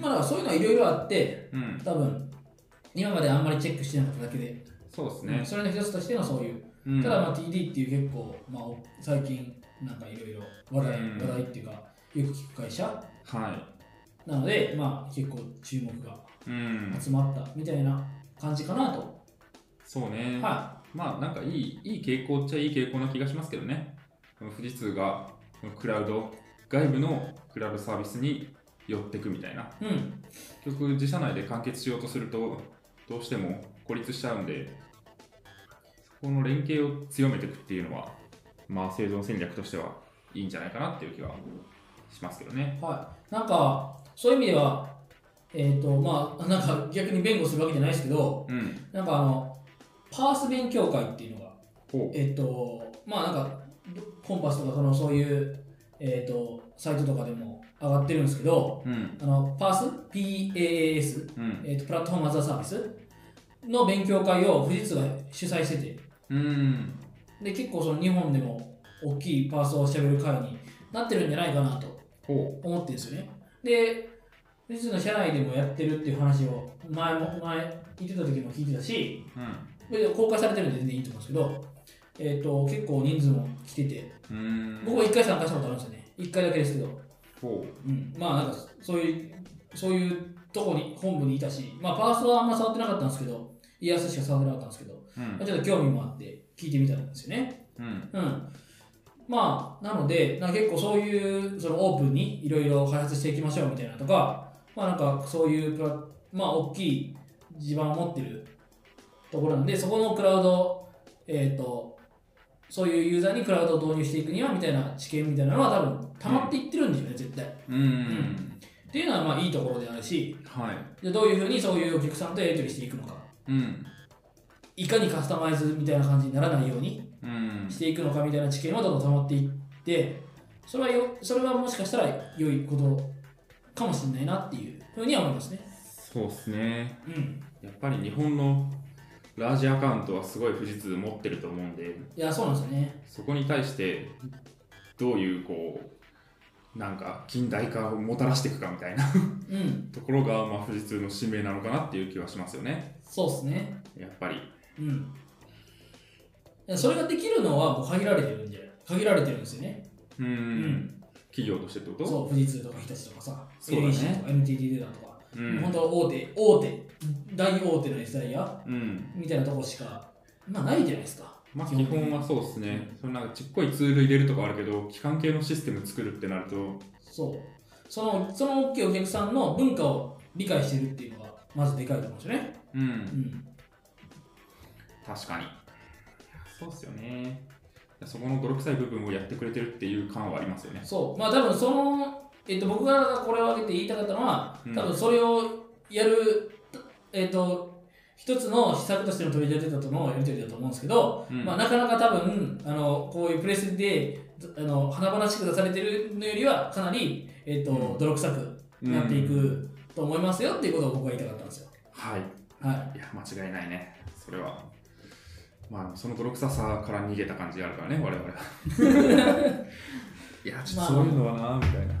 Speaker 3: まあ、だからそういうのはいろいろあって、
Speaker 2: うん。
Speaker 3: 多分今まであんまりチェックしてなかっただけで、
Speaker 2: そうです
Speaker 3: う
Speaker 2: ね
Speaker 3: ん。それの一つとしてのそういう。
Speaker 2: うん
Speaker 3: ただ、まあ、TD っていう結構、まあ、お最近、なんかいろいろ話題、
Speaker 2: うん
Speaker 3: 話題っていうか、よく聞く会社
Speaker 2: は
Speaker 3: なので、まあ、結構注目が
Speaker 2: い。うん。
Speaker 3: 集まったみたいな感じかなと。
Speaker 2: そうね。
Speaker 3: は
Speaker 2: まあなんかいいいい傾向っちゃいい傾向な気がしますけどね。この富士通がこのクラウド、外部のクラウドサービスに寄ってくみたいな。
Speaker 3: い。うん。
Speaker 2: 結局自社内で完結しようとすると、どうしても孤立しちゃうんで、そこの連携を強めていくっていうのは、まあ生存戦略としてはいいんじゃないかなっていう気はしますけどね。
Speaker 3: はい。なんか、そういう意味では、えっ、と、まあ、なんか逆に弁護するわけじゃないですけど、
Speaker 2: うん。
Speaker 3: なんかあの、パース勉強会っていうのが
Speaker 2: ほ
Speaker 3: えっと、まあなんか、コンパスとかそのそういう、えっと、サイトとかでも上がってるんですけど、
Speaker 2: う。うん。
Speaker 3: あの、パース ?PAAS、
Speaker 2: うん。
Speaker 3: えっと、プラットフォームアザーサービスの勉強会を富士通が主催してて、
Speaker 2: うん。
Speaker 3: で、結構その日本でも大きいパースをしゃべる会になってるんじゃないかなと
Speaker 2: ほ
Speaker 3: 思ってるんですよね。で、富士通の社内でもやってるっていう話を前も、前言ってた時も聞いてたし、
Speaker 2: う。
Speaker 3: これ公開されてるんで全然いいと思うんですけど、えー、と結構人数も来てて、
Speaker 2: うん。うん。
Speaker 3: 僕は1回参加したことあるんですよね。1回だけですけど、
Speaker 2: ほ
Speaker 3: うん、まあなんかそういう、そういうとこに、本部にいたし、まあパースはあんま触ってなかったんですけど、イヤスしか触ってなかったんですけど、
Speaker 2: う。うん
Speaker 3: まあ。ちょっと興味もあって聞いてみたんですよね。
Speaker 2: うん。
Speaker 3: うん。まあ、なので、なんか結構そういう、そのオープンにいろいろ開発していきましょうみたいなとか、まあなんかそういうプラ、まあ大きい地盤を持ってるところなんで、そこのクラウド、えっ、と、そういうユーザーにクラウドを導入していくにはみたいな知見みたいなのは多分溜まっていってるんですよね、絶対。っ
Speaker 2: うん。
Speaker 3: ていうのはまあいいところであるし、
Speaker 2: はい。
Speaker 3: でどういうふうにそういうお客さんとやり取りしていくのか、
Speaker 2: うん。
Speaker 3: いかにカスタマイズみたいな感じにならないように
Speaker 2: うん
Speaker 3: していくのかみたいな知見はどんどん溜まっていってそれはよそれはもしかしたら良いことかもしれないなっていうふうには思いますね。
Speaker 2: そうですね。
Speaker 3: うん、
Speaker 2: やっぱり日本のラージアカウントはすごい富士通持ってると思うんで、
Speaker 3: いやそうなんですよね。
Speaker 2: そこに対してどういうこう、なんか近代化をもたらしていくかみたいな
Speaker 3: うん、
Speaker 2: ところが、まあ、富士通の使命なのかなっていう気はしますよね。
Speaker 3: そうですね。
Speaker 2: やっぱり。
Speaker 3: うん、いやそれができるのはもう限られてるんじゃない限られてるんですよね。
Speaker 2: うん,、
Speaker 3: ん
Speaker 2: 企業としてってこと
Speaker 3: そう富士通とか日立とかさ、
Speaker 2: そうだね
Speaker 3: LEC とか NTT データとか、
Speaker 2: う
Speaker 3: もう本
Speaker 2: ん。
Speaker 3: 当は大手大手大大手の S ダイヤ
Speaker 2: うん。
Speaker 3: みたいなとこしか、まあ、ないじゃないですか。
Speaker 2: まあ、基本はそうですね。そのなんかちっこいツール入れるとかあるけど、機関系のシステム作るってなると、
Speaker 3: そう。その、その大きいお客さんの文化を理解してるっていうのが、まずでかいと思うんですよね。
Speaker 2: う、
Speaker 3: うんん。
Speaker 2: 確かに。そうっすよね。そこの泥臭い部分をやってくれてるっていう感はありますよね。
Speaker 3: そう。まあ多分その、えっと、僕がこれを挙げて言いたかったのは、
Speaker 2: うん
Speaker 3: 多分それをやる、えっと、一つの施策としての取り立てだとのやり取りだと思うんですけど、
Speaker 2: うん
Speaker 3: まあ、なかなか多分あのこういうプレスであの華々しく出されてるのよりはかなり、えっと
Speaker 2: うん
Speaker 3: 泥臭くなっていくと思いますよっていうことを僕は言いたかったんですよ。
Speaker 2: はい。
Speaker 3: はい
Speaker 2: いや、間違いないね。それは。まあ、その泥臭さから逃げた感じがあるからね、我々は。 いや、ちょっと
Speaker 3: まあ
Speaker 2: そういうのはな、みたいな。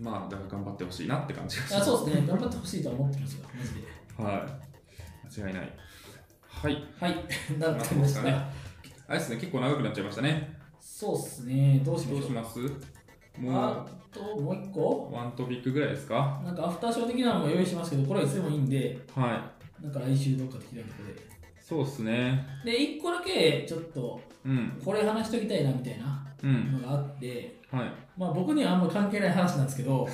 Speaker 2: まあ、だから頑張ってほしいなって感じがし
Speaker 3: あ
Speaker 2: ます。
Speaker 3: そうですね、頑張ってほしいとは思ってますよ、マジで。
Speaker 2: はい。間違いない。はい。
Speaker 3: はい、 なってました。
Speaker 2: なってあれですね、結構長くなっちゃいましたね。
Speaker 3: そうですね、どうし
Speaker 2: どう
Speaker 3: ま
Speaker 2: し
Speaker 3: しょう。
Speaker 2: ますも
Speaker 3: あともう一個
Speaker 2: う、ワントピックぐらいですか
Speaker 3: なんかアフターショー的なのも用意しますけど、これはいつでもいいんで、
Speaker 2: は
Speaker 3: なんか来週どっかで開くので、
Speaker 2: い。そうっすね。
Speaker 3: で1個だけちょっと
Speaker 2: うん。
Speaker 3: これ話しときたいなみたいな
Speaker 2: うん。
Speaker 3: のがあって、
Speaker 2: はい。
Speaker 3: まあ、僕にはあんま関係ない話なんですけど、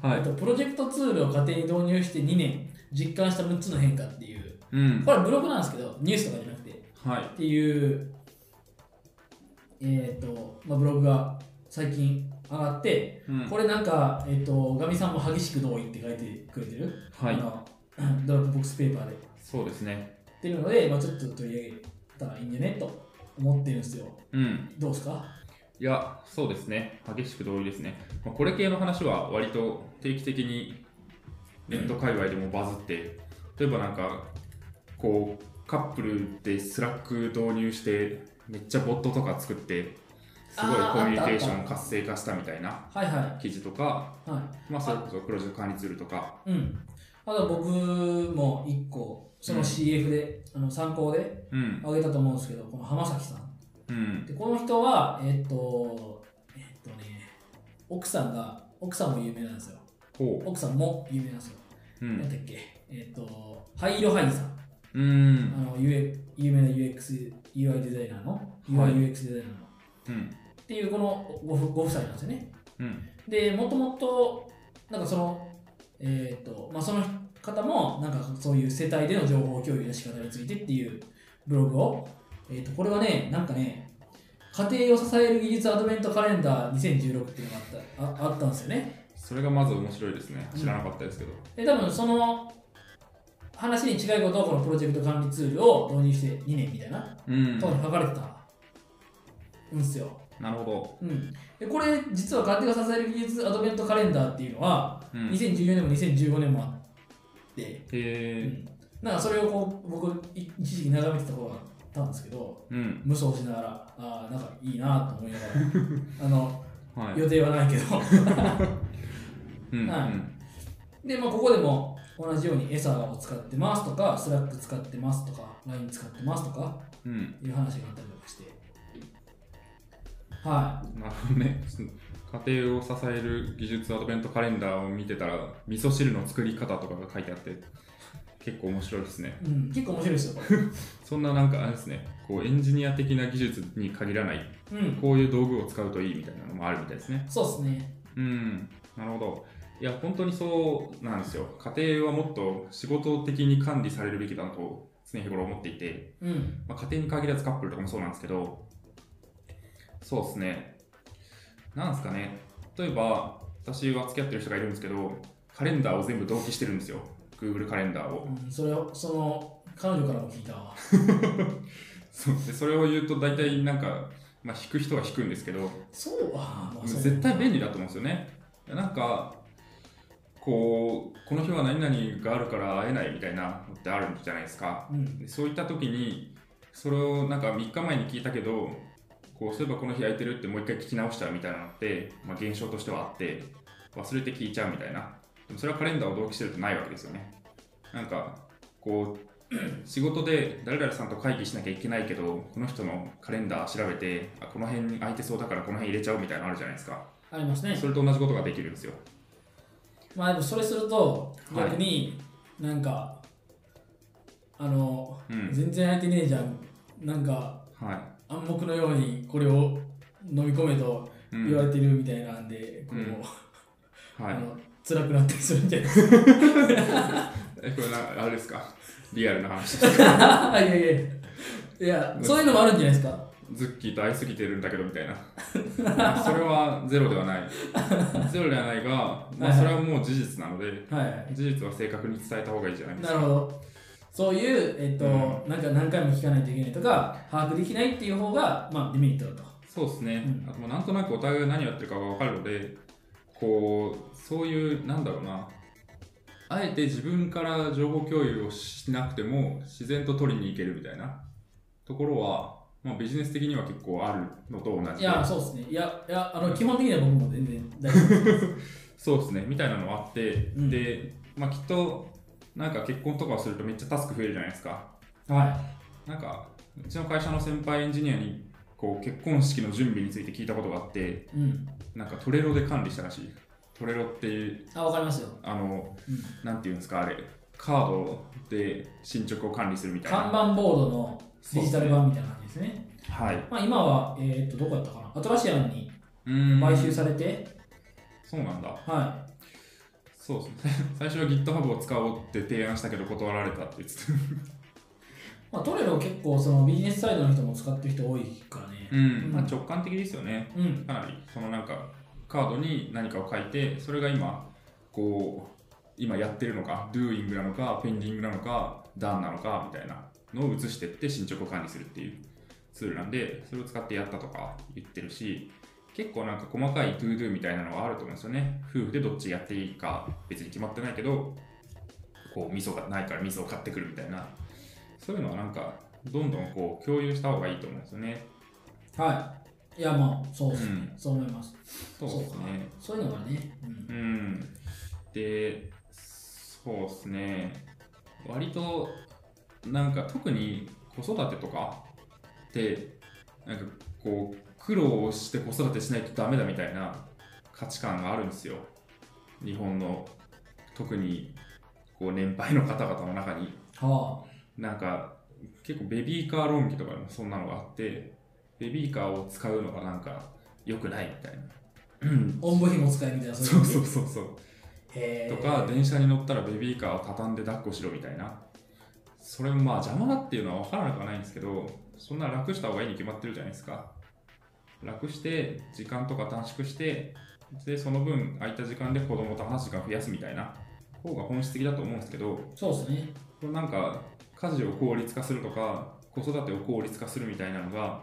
Speaker 2: は
Speaker 3: えっ
Speaker 2: い。
Speaker 3: とプロジェクトツールを家庭に導入して2年実感した6つの変化っていう
Speaker 2: うん。
Speaker 3: これはブログなんですけどニュースとかじゃなくてっ
Speaker 2: はい。
Speaker 3: ていう、えっとまあ、ブログが最近上がって
Speaker 2: うん。
Speaker 3: これなんか、えっとガミさんも激しく同意って書いてくれてる、
Speaker 2: は
Speaker 3: あ
Speaker 2: い。
Speaker 3: の ドラッグボックスペーパーで。
Speaker 2: そうですね。
Speaker 3: っていうので、まあ、ちょっと取り上げたらいいんじゃねと思ってるんですよ。
Speaker 2: うん。
Speaker 3: どうですか
Speaker 2: いや、そうですね。激しく同意ですね。まあ、これ系の話は割と定期的にネット界隈でもバズって、例えばなんか、こう、カップルでスラック導入して、めっちゃボットとか作って、すごい
Speaker 3: あー
Speaker 2: コミュニケーシ
Speaker 3: あったあっ
Speaker 2: ョン
Speaker 3: た
Speaker 2: 活性化したみたいな
Speaker 3: はいは
Speaker 2: 記事とか、
Speaker 3: い。は
Speaker 2: まあ、それこそプロジェクト管理ツールとか、
Speaker 3: い。うん。あと僕も一個、その CF で、あの参考で
Speaker 2: うん、
Speaker 3: あげたと思うんですけど、この浜崎さん。
Speaker 2: うん、
Speaker 3: で、この人は、えっと、えっとね、奥さんが、奥さんも有名なんですよ。
Speaker 2: ほ
Speaker 3: 奥さんも有名なんですよ。
Speaker 2: う、う
Speaker 3: なんだ
Speaker 2: ん、
Speaker 3: っけえっと、灰色ハイさん。
Speaker 2: う
Speaker 3: あ
Speaker 2: ん、
Speaker 3: の、UX 有名な UX、UI デザイナーの、
Speaker 2: は
Speaker 3: UI、
Speaker 2: い
Speaker 3: UX デザイナーの。
Speaker 2: うん、
Speaker 3: っていう、このご夫ご夫妻なんですよね。
Speaker 2: うん、
Speaker 3: でもともとなんかそのえっ、とまあその方もなんかそういう世帯での情報共有の仕方についてっていうブログを、えー、とこれはねなんかね家庭を支える技術アドベントカレンダー2016っていうのがあったああったんですよね
Speaker 2: それがまず面白いですね。知らなかったですけど。
Speaker 3: で多分その話に近いことをこのプロジェクト管理ツールを導入して2年みたいな
Speaker 2: うん、
Speaker 3: とこに書かれてたんですよ、
Speaker 2: なるほ
Speaker 3: うん、でこれ実は家庭を支える技術アドベントカレンダーっていうのは
Speaker 2: ど。うん、へ
Speaker 3: 2014年も2015年もあって、
Speaker 2: え、
Speaker 3: なんかそれをこう僕い一時期眺めてた方があったんですけど
Speaker 2: うん、
Speaker 3: 無双しながらあーなんかいいなと思いなが らあの
Speaker 2: はい。
Speaker 3: 予定はないけど
Speaker 2: うん
Speaker 3: はいで、まあ、ここでも同じようにエサーを使ってますとかスラック使ってますとか LINE 使ってますとか
Speaker 2: うん、
Speaker 3: いう話があったりとかしては
Speaker 2: なるほどね。その家庭を支える技術アドベントカレンダーを見てたら、味噌汁の作り方とかが書いてあって、結構面白いですね。
Speaker 3: い、うん、結構面白いですよこれ
Speaker 2: そんななんかあれですね、こうエンジニア的な技術に限らない、
Speaker 3: うん
Speaker 2: こういう道具を使うといいみたいなのもあるみたいですね。
Speaker 3: そうですね
Speaker 2: うん、なるほど。いや、本当にそうなんですよ。家庭はもっと仕事的に管理されるべきだと常日頃思っていて、
Speaker 3: うん
Speaker 2: まあ、家庭に限らずカップルとかもそうなんですけど、そうですね。なんですかね。例えば、私は付き合ってる人がいるんですけど、カレンダーを全部同期してるんですよ。Google カレンダーを。
Speaker 3: うんそれをその彼女からも聞いたわ
Speaker 2: そうでそれを言うと大体なんか、まあ、引く人は引くんですけど、
Speaker 3: そうは、まあそう
Speaker 2: 絶対便利だと思うんですよね。いやなんかこうこの日は何々があるから会えないみたいなのってあるじゃないですか。
Speaker 3: うん
Speaker 2: でそういった時にそれをなんか3日前に聞いたけどこうそういえばこの日空いてるってもう一回聞き直しちゃうみたいなのって、まあ、現象としてはあって忘れて聞いちゃうみたいなでもそれはカレンダーを同期してるとないわけですよねなんかこう 仕事で誰々さんと会議しなきゃいけないけどこの人のカレンダー調べてあこの辺に空いてそうだからこの辺入れちゃおうみたいなのあるじゃないですか
Speaker 3: ありますね
Speaker 2: そ。れと同じことができるんですよ
Speaker 3: まあでもそれすると
Speaker 2: はい
Speaker 3: 逆になんか、あの、
Speaker 2: うん
Speaker 3: 全然空いてねえじゃん。なんか
Speaker 2: は
Speaker 3: 暗黙のようにこれを飲み込めと
Speaker 2: い、う
Speaker 3: 言わ
Speaker 2: ん
Speaker 3: れてるみたいなんで、こう、
Speaker 2: うん
Speaker 3: あ
Speaker 2: はい、
Speaker 3: の辛くなったりするみたいな。
Speaker 2: えこれなあれですかリアルな話
Speaker 3: いやいやい や、そういうのもあるんじゃないですか。
Speaker 2: ズッキーと会いすぎてるんだけどみたいな それはゼロではないゼロではない が、まあ、それはもう事実なので
Speaker 3: はい。
Speaker 2: 事実は正確に伝えた方がいいじゃないです
Speaker 3: な
Speaker 2: か
Speaker 3: るほど。そういう、えっと、
Speaker 2: う
Speaker 3: なんか何回も聞かないといけないとか、把握できないっていう方が、まあ、デメリットだと。
Speaker 2: そうですね、
Speaker 3: うん
Speaker 2: あともうなんとなくお互いが何やってるかが分かるのでこうそういうなんだろうなあえて自分から情報共有をしなくても自然と取りに行けるみたいなところは、まあ、ビジネス的には結構あるのと同じで
Speaker 3: いや、そうですね。いや、いや、あの、基本的には僕も全然大丈夫です。
Speaker 2: そうですねみたいなのあって、
Speaker 3: うん
Speaker 2: で、まあ、きっとなんか結婚とかをするとめっちゃタスク増えるじゃないですか
Speaker 3: は
Speaker 2: なんかうちの会社の先輩エンジニアにこう結婚式の準備について聞いたことがあって
Speaker 3: い。うん。
Speaker 2: なんかトレロで管理したらしいトレロっていう
Speaker 3: あ、わかりますよ。
Speaker 2: あの
Speaker 3: うん
Speaker 2: なんていうんですかあれカードで進捗を管理するみたいな
Speaker 4: 看板ボードのデジタル版みたいな感じですね。
Speaker 2: はい
Speaker 4: まあ、今は、えー、とどこやったかなアトラシアンに
Speaker 2: うん
Speaker 4: 買収されて、
Speaker 2: そうなんだ
Speaker 4: は
Speaker 2: そうですね 最初は GitHub を使おうって提案したけど断られたって言ってた
Speaker 4: いまあ、トレロ結構そのビジネスサイドの人も使ってる人多いから
Speaker 2: う
Speaker 4: ね。
Speaker 2: ん、まあ、直感的ですよね
Speaker 4: うん、
Speaker 2: かなりそのなんかカードに何かを書いてそれが今こう今やってるのか Doing なのか Pending なのか Done なのかみたいなのを移してって進捗を管理するっていうツールなんでそれを使ってやったとか言ってるし結構なんか細かい ToDo みたいなのはあると思うんですよね夫婦でどっちやっていいか別に決まってないけどこう味噌がないから味噌を買ってくるみたいなそういうのはなんかどんどんこう共有した方がいいと思うんですよね
Speaker 4: はい。いや、まあ、そうですね、
Speaker 2: う
Speaker 4: そう思います。
Speaker 2: そうです
Speaker 4: か
Speaker 2: ね
Speaker 4: そういうのがね、うん
Speaker 2: うん。で、そうですね。割と、なんか特に子育てとかって、なんかこう、苦労して子育てしないとダメだみたいな価値観があるんですよ。日本の、特に、こう、年配の方々の中に。
Speaker 4: は
Speaker 2: なんか結構ベビーカー論議とかでもそんなのがあってベビーカーを使うのがなんか良くないみたいなうん
Speaker 4: あ、おんぶひも使いみたいな、
Speaker 2: そうそううそうそう
Speaker 4: いう
Speaker 2: と
Speaker 4: の。
Speaker 2: か
Speaker 4: へー
Speaker 2: 電車に乗ったらベビーカーを畳んで抱っこしろみたいなそれもまあ邪魔だっていうのは分からなくはないんですけどそんな楽した方がいいに決まってるじゃないですか楽して時間とか短縮してでその分空いた時間で子供と話す時間増やすみたいな方が本質的だと思うんですけど
Speaker 4: そうですね。
Speaker 2: このなんか家事を効率化するとか子育てを効率化するみたいなのが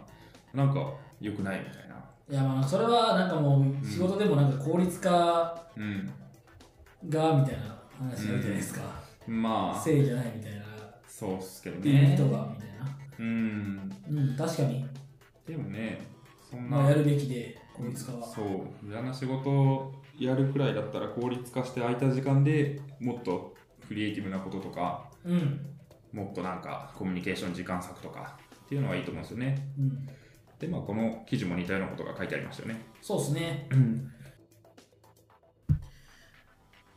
Speaker 2: なんか良くないみたいない
Speaker 4: や、まあ、それはなんかもう、仕事でもなんか効率化
Speaker 2: う
Speaker 4: がみたいな話になるじゃないですか。
Speaker 2: んまあ
Speaker 4: せいじゃないみたいな、
Speaker 2: そうっすけど
Speaker 4: っていう
Speaker 2: ね
Speaker 4: 人がみたいな。
Speaker 2: うん
Speaker 4: うん、確かに、
Speaker 2: でもねそんな、
Speaker 4: まあ、やるべきで、効率化は。
Speaker 2: そう無駄な仕事をやるくらいだったら効率化して空いた時間でもっとクリエイティブなこととか
Speaker 4: うん、
Speaker 2: もっとなんかコミュニケーション時間割くとかっていうのはいいと思うんですよね
Speaker 4: うん。
Speaker 2: でまあこの記事も似たようなことが書いてありましたよね
Speaker 4: そうですね。
Speaker 2: うん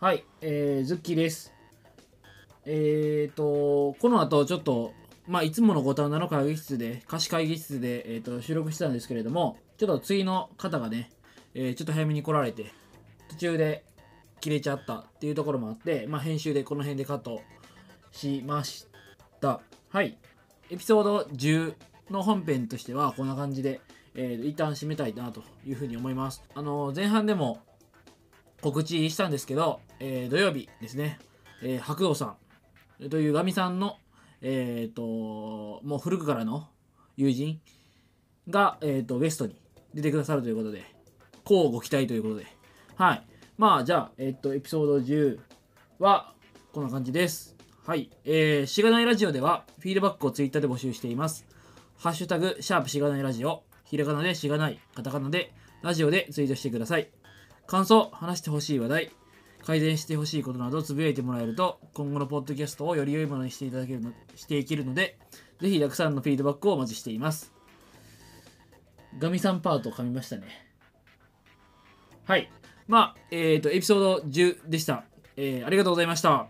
Speaker 3: はい、えー、ズッキーです。えーと、この後ちょっと、まあ、いつもの五反田の会議室で、貸し会議室で、えー、と収録してたんですけれども、ちょっと次の方がね、えーちょっと早めに来られて、途中で切れちゃったっていうところもあって、まあ、編集でこの辺でカットしました。はい、エピソード10の本編としては、こんな感じで、えー一旦締めたいなというふうに思います。あの前半でも告知したんですけど、えー土曜日ですね、えー白鸚さんというガミさんの、えー、ともう古くからの友人が、えー、とゲストに出てくださるということで、こうご期待ということで、はい。まあ、じゃあ、えっ、と、エピソード10はこんな感じです。はい。えー、しがないラジオでは、フィードバックをツイッターで募集しています。ハッシュタグ、シャープしがないラジオ、ひらがなでしがない、カタカナでラジオでツイートしてください。感想、話してほしい話題、改善してほしいことなどつぶやいてもらえると、今後のポッドキャストをより良いものにしていただけるの、していけるので、ぜひたくさんのフィードバックをお待ちしています。ガミさんパート噛みましたね。はい。まあ、えっ、と、エピソード10でした。えーありがとうございました。